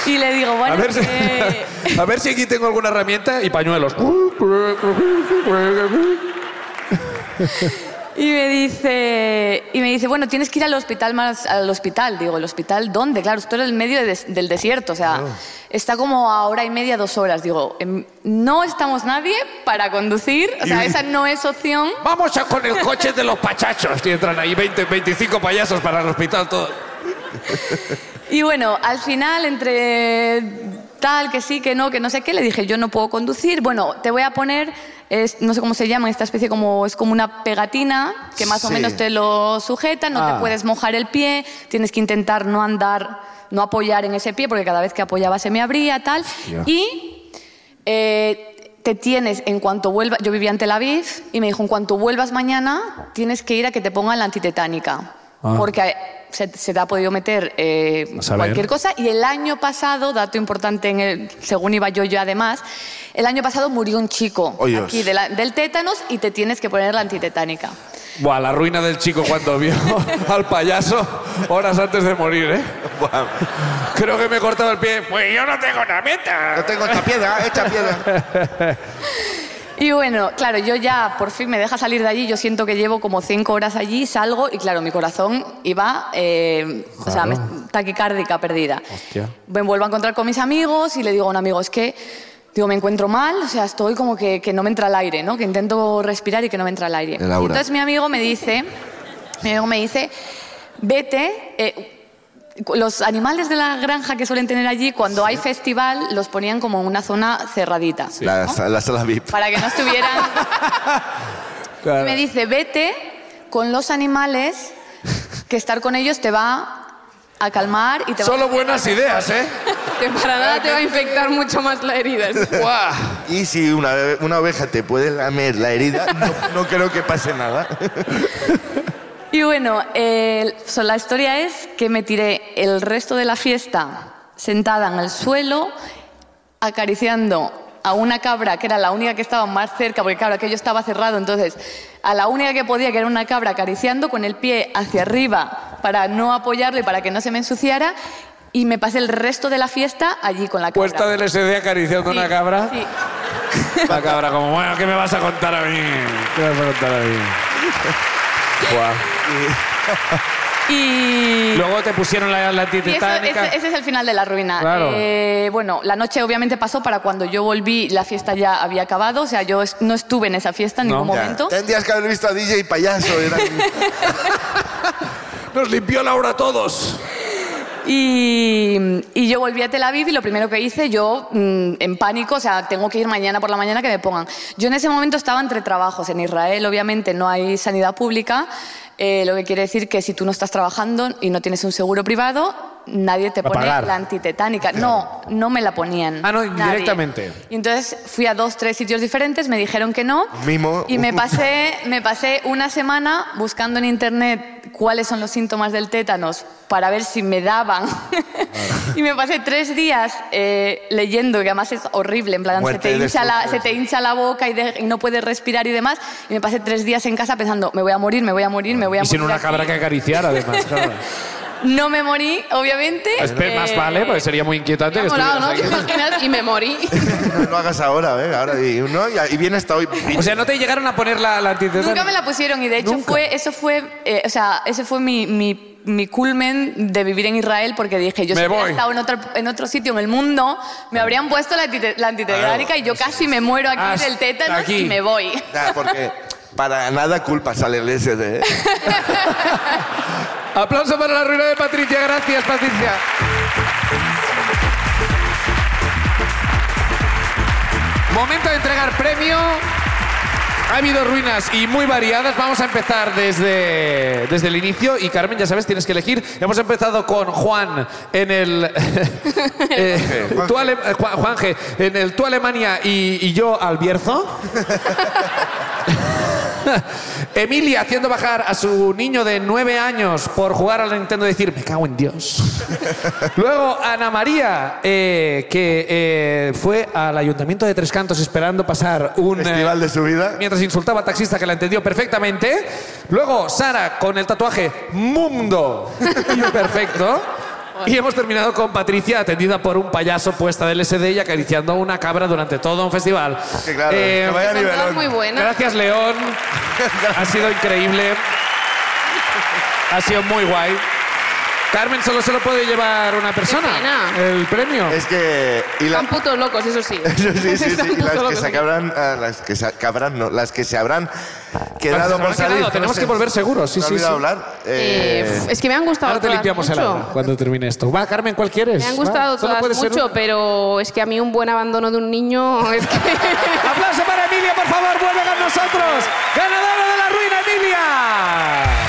Y le digo, bueno,
A ver, si,
eh,
a ver si aquí tengo alguna herramienta y pañuelos.
Y me dice, y me dice, bueno, tienes que ir al hospital más al hospital. Digo, ¿el hospital dónde? Claro, esto era en el medio de des- del desierto, o sea, está como a hora y media, dos horas. Digo, em, no estamos nadie para conducir, o sea, esa no es opción.
Vamos a con el coche de los pachachos. Y entran ahí 20, 25 payasos para el hospital. Todo.
Y bueno, al final, entre tal, que sí, que no, que no sé qué, le dije, yo no puedo conducir. Bueno, te voy a poner, es- no sé cómo se llama, esta especie como, es como una pegatina que más o
Sí.
menos te lo sujeta, no
Ah.
te puedes mojar el pie, tienes que intentar no andar, no apoyar en ese pie, porque cada vez que apoyaba se me abría, tal. Y eh, te tienes, en cuanto vuelvas, yo vivía en Tel Aviv, y me dijo, en cuanto vuelvas mañana, tienes que ir a que te pongan la antitetánica.
Ah.
Porque se, se te ha podido meter eh,
A saber.
cualquier cosa. Y el año pasado, dato importante, en el, según iba yo yo además, el año pasado murió un chico
Oh, Dios.
aquí de la- del tétanos y te tienes que poner la antitetánica.
Buah, la ruina del chico cuando vio al payaso horas antes de morir, ¿eh?
Buah,
Creo que me he cortado el pie. Pues yo no tengo herramienta.
no tengo esta piedra, esta piedra.
Y bueno, claro, yo ya por fin me deja salir de allí. Yo siento que llevo como cinco horas allí, salgo y claro, mi corazón iba, eh, o sea, me- taquicárdica perdida.
Hostia.
Me vuelvo a encontrar con mis amigos y le digo a un amigo, es que, digo, me encuentro mal, o sea, estoy como que, que no me entra el aire, ¿no? Que intento respirar y que no me entra el aire.
El aura.
Entonces mi amigo me dice, mi amigo me dice, vete. eh, los animales de la granja que suelen tener allí, cuando hay festival, los ponían como en una zona cerradita
La, la sala VIP.
para que no estuvieran. Y Me dice, vete con los animales, que estar con ellos te va a calmar y te va,
Solo buenas ideas, ¿eh?
Que para nada te va a infectar mucho más la herida.
Buah.
Ah.
Y si una, una oveja te puede lamer la herida, no, no creo que pase nada.
Y bueno, el- so, la historia es que me tiré el resto de la fiesta sentada en el suelo, acariciando a una cabra que era la única que estaba más cerca, porque claro, aquello estaba cerrado, entonces a la única que podía, que era una cabra, acariciando con el pie hacia arriba para no apoyarlo y para que no se me ensuciara, y me pasé el resto de la fiesta allí con la cabra.
Puesta del SD acariciando
Sí,
una cabra.
sí.
La cabra como, bueno, ¿qué me vas a contar a mí? ¿Qué me vas a contar a mí? Buah.
Y...
Luego te pusieron la, la
Y eso-
antitetánica.
ese, ese es el final de la ruina.
Claro.
Eh, bueno, la noche obviamente pasó para cuando yo volví, la fiesta ya había acabado, o sea, yo es- no estuve en esa fiesta en
No. Eh.
ningún
Ya,
momento.
Tendrías que haber visto a DJ Payaso. Era
Nos limpió Laura a todos.
Y, y yo volví a Tel Aviv y lo primero que hice, yo mm, en pánico, o sea, tengo que ir mañana por la mañana que me pongan. Yo en ese momento estaba entre trabajos. En Israel, obviamente, no hay sanidad pública, eh, lo que quiere decir que si tú no estás trabajando y no tienes un seguro privado, nadie te
Va a
pone
pagar.
la antitetánica. No, no me la ponían.
Ah, no,
Nadie.
directamente.
Y entonces fui a dos, tres sitios diferentes, me dijeron que no.
Mimo.
Y me pasé, me pasé una semana buscando en internet cuáles son los síntomas del tétanos para ver si me daban.
Ah.
y me pasé tres días eh, leyendo, que además es horrible, en plan, se
Muerte
te,
de
hincha la,
frutos.
se te hincha la boca y, de- y no puedes respirar y demás. Y me pasé tres días en casa pensando, me voy a morir, me voy a morir, me voy a
Y
morir.
sin una
aquí".
cabra que acariciar, además. claro.
No me morí, obviamente.
Espe- más
Eh,
vale, pues porque sería muy inquietante
Me
que
ha molado, ¿no? ¿Te
estuvieras aquí.
imaginas? Y me morí.
No lo hagas ahora, ¿eh? Ahora, y, no, y, y viene hasta hoy.
O sea, no te llegaron a poner la, la antitetánica?
Nunca me la pusieron y de hecho fue, eso fue, eh, o sea, ese fue mi, mi- mi culmen de vivir en Israel porque dije, yo
Me
si hubiera
voy.
estado en otro, en otro sitio en el mundo, me habrían puesto la, antite- la antitetánica y yo casi me muero aquí
Hasta
del tétano
aquí.
y me voy.
Nah, porque para nada culpa sale el SD. ¿eh?
Aplauso para la ruina de Patricia. Gracias, Patricia. Momento de entregar premio. Ha habido ruinas y muy variadas. Vamos a empezar desde, desde el inicio. Y Carmen, ya sabes, tienes que elegir. Hemos empezado con Juan en el. eh, tú Ale- eh, Juan- Juanje, en el Tú Alemania y, y yo al Bierzo. Emilia haciendo bajar a su niño de nueve años por jugar al Nintendo y decir, me cago en Dios. Luego Ana María, eh, que eh, fue al ayuntamiento de Tres Cantos esperando pasar un... eh,
Festival de su vida.
mientras insultaba al taxista que la entendió perfectamente. Luego Sara con el tatuaje Mundo perfecto. Y hemos terminado con Patricia atendida por un payaso puesta del SD y acariciando a una cabra durante todo un festival.
Que claro,
Eh,
que vaya
Son todas
nivelón.
muy buenas.
Gracias, León. Ha sido increíble. Ha sido muy guay. Carmen, solo se lo puede llevar una persona.
pena.
El premio.
Es que... Y la-
Están putos locos, eso sí.
Eso sí, sí,
Están
sí.
putos
Las que
locos.
se acabrán, ah, las que se acabrán, no, las que se habrán quedado
habrán
por salir.
quedado,
No
tenemos
sé.
que volver seguros, sí,
Me he
sí,
olvidado
sí.
hablar.
Eh,
Eh,
es que me han gustado
Ahora te
todas
limpiamos el
mucho.
alma cuando termine esto. Va, Carmen, ¿cuál quieres?
Me han
Va,
gustado
solo
todas
puede ser
mucho,
una.
pero es que a mí un buen abandono de un niño es que...
¡Aplauso para Emilia, por favor! ¡Vuelve con nosotros! ¡Ganadora de la ruina, Emilia!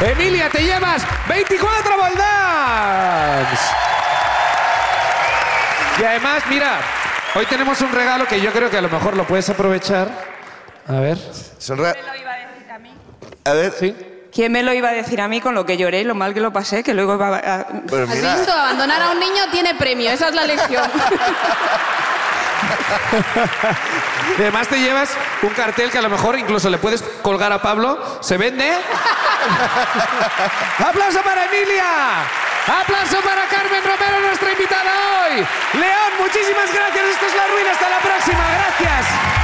Emilia, te llevas 24 Voldams. Y además, mira, hoy tenemos un regalo que yo creo que a lo mejor lo puedes aprovechar. A ver.
son ra- a ver,
¿Quién me lo iba a decir a mí con lo que lloré y lo mal que lo pasé? Que luego iba a- a-
pues
¿Has
mira,
visto? Abandonar a un niño tiene premio, esa es la lección.
Y además te llevas un cartel que a lo mejor incluso le puedes colgar a Pablo. ¿Se vende? ¡Aplauso para Emilia! ¡Aplauso para Carmen Romero, nuestra invitada hoy! León, muchísimas gracias. Esto es La Ruina. Hasta la próxima. Gracias.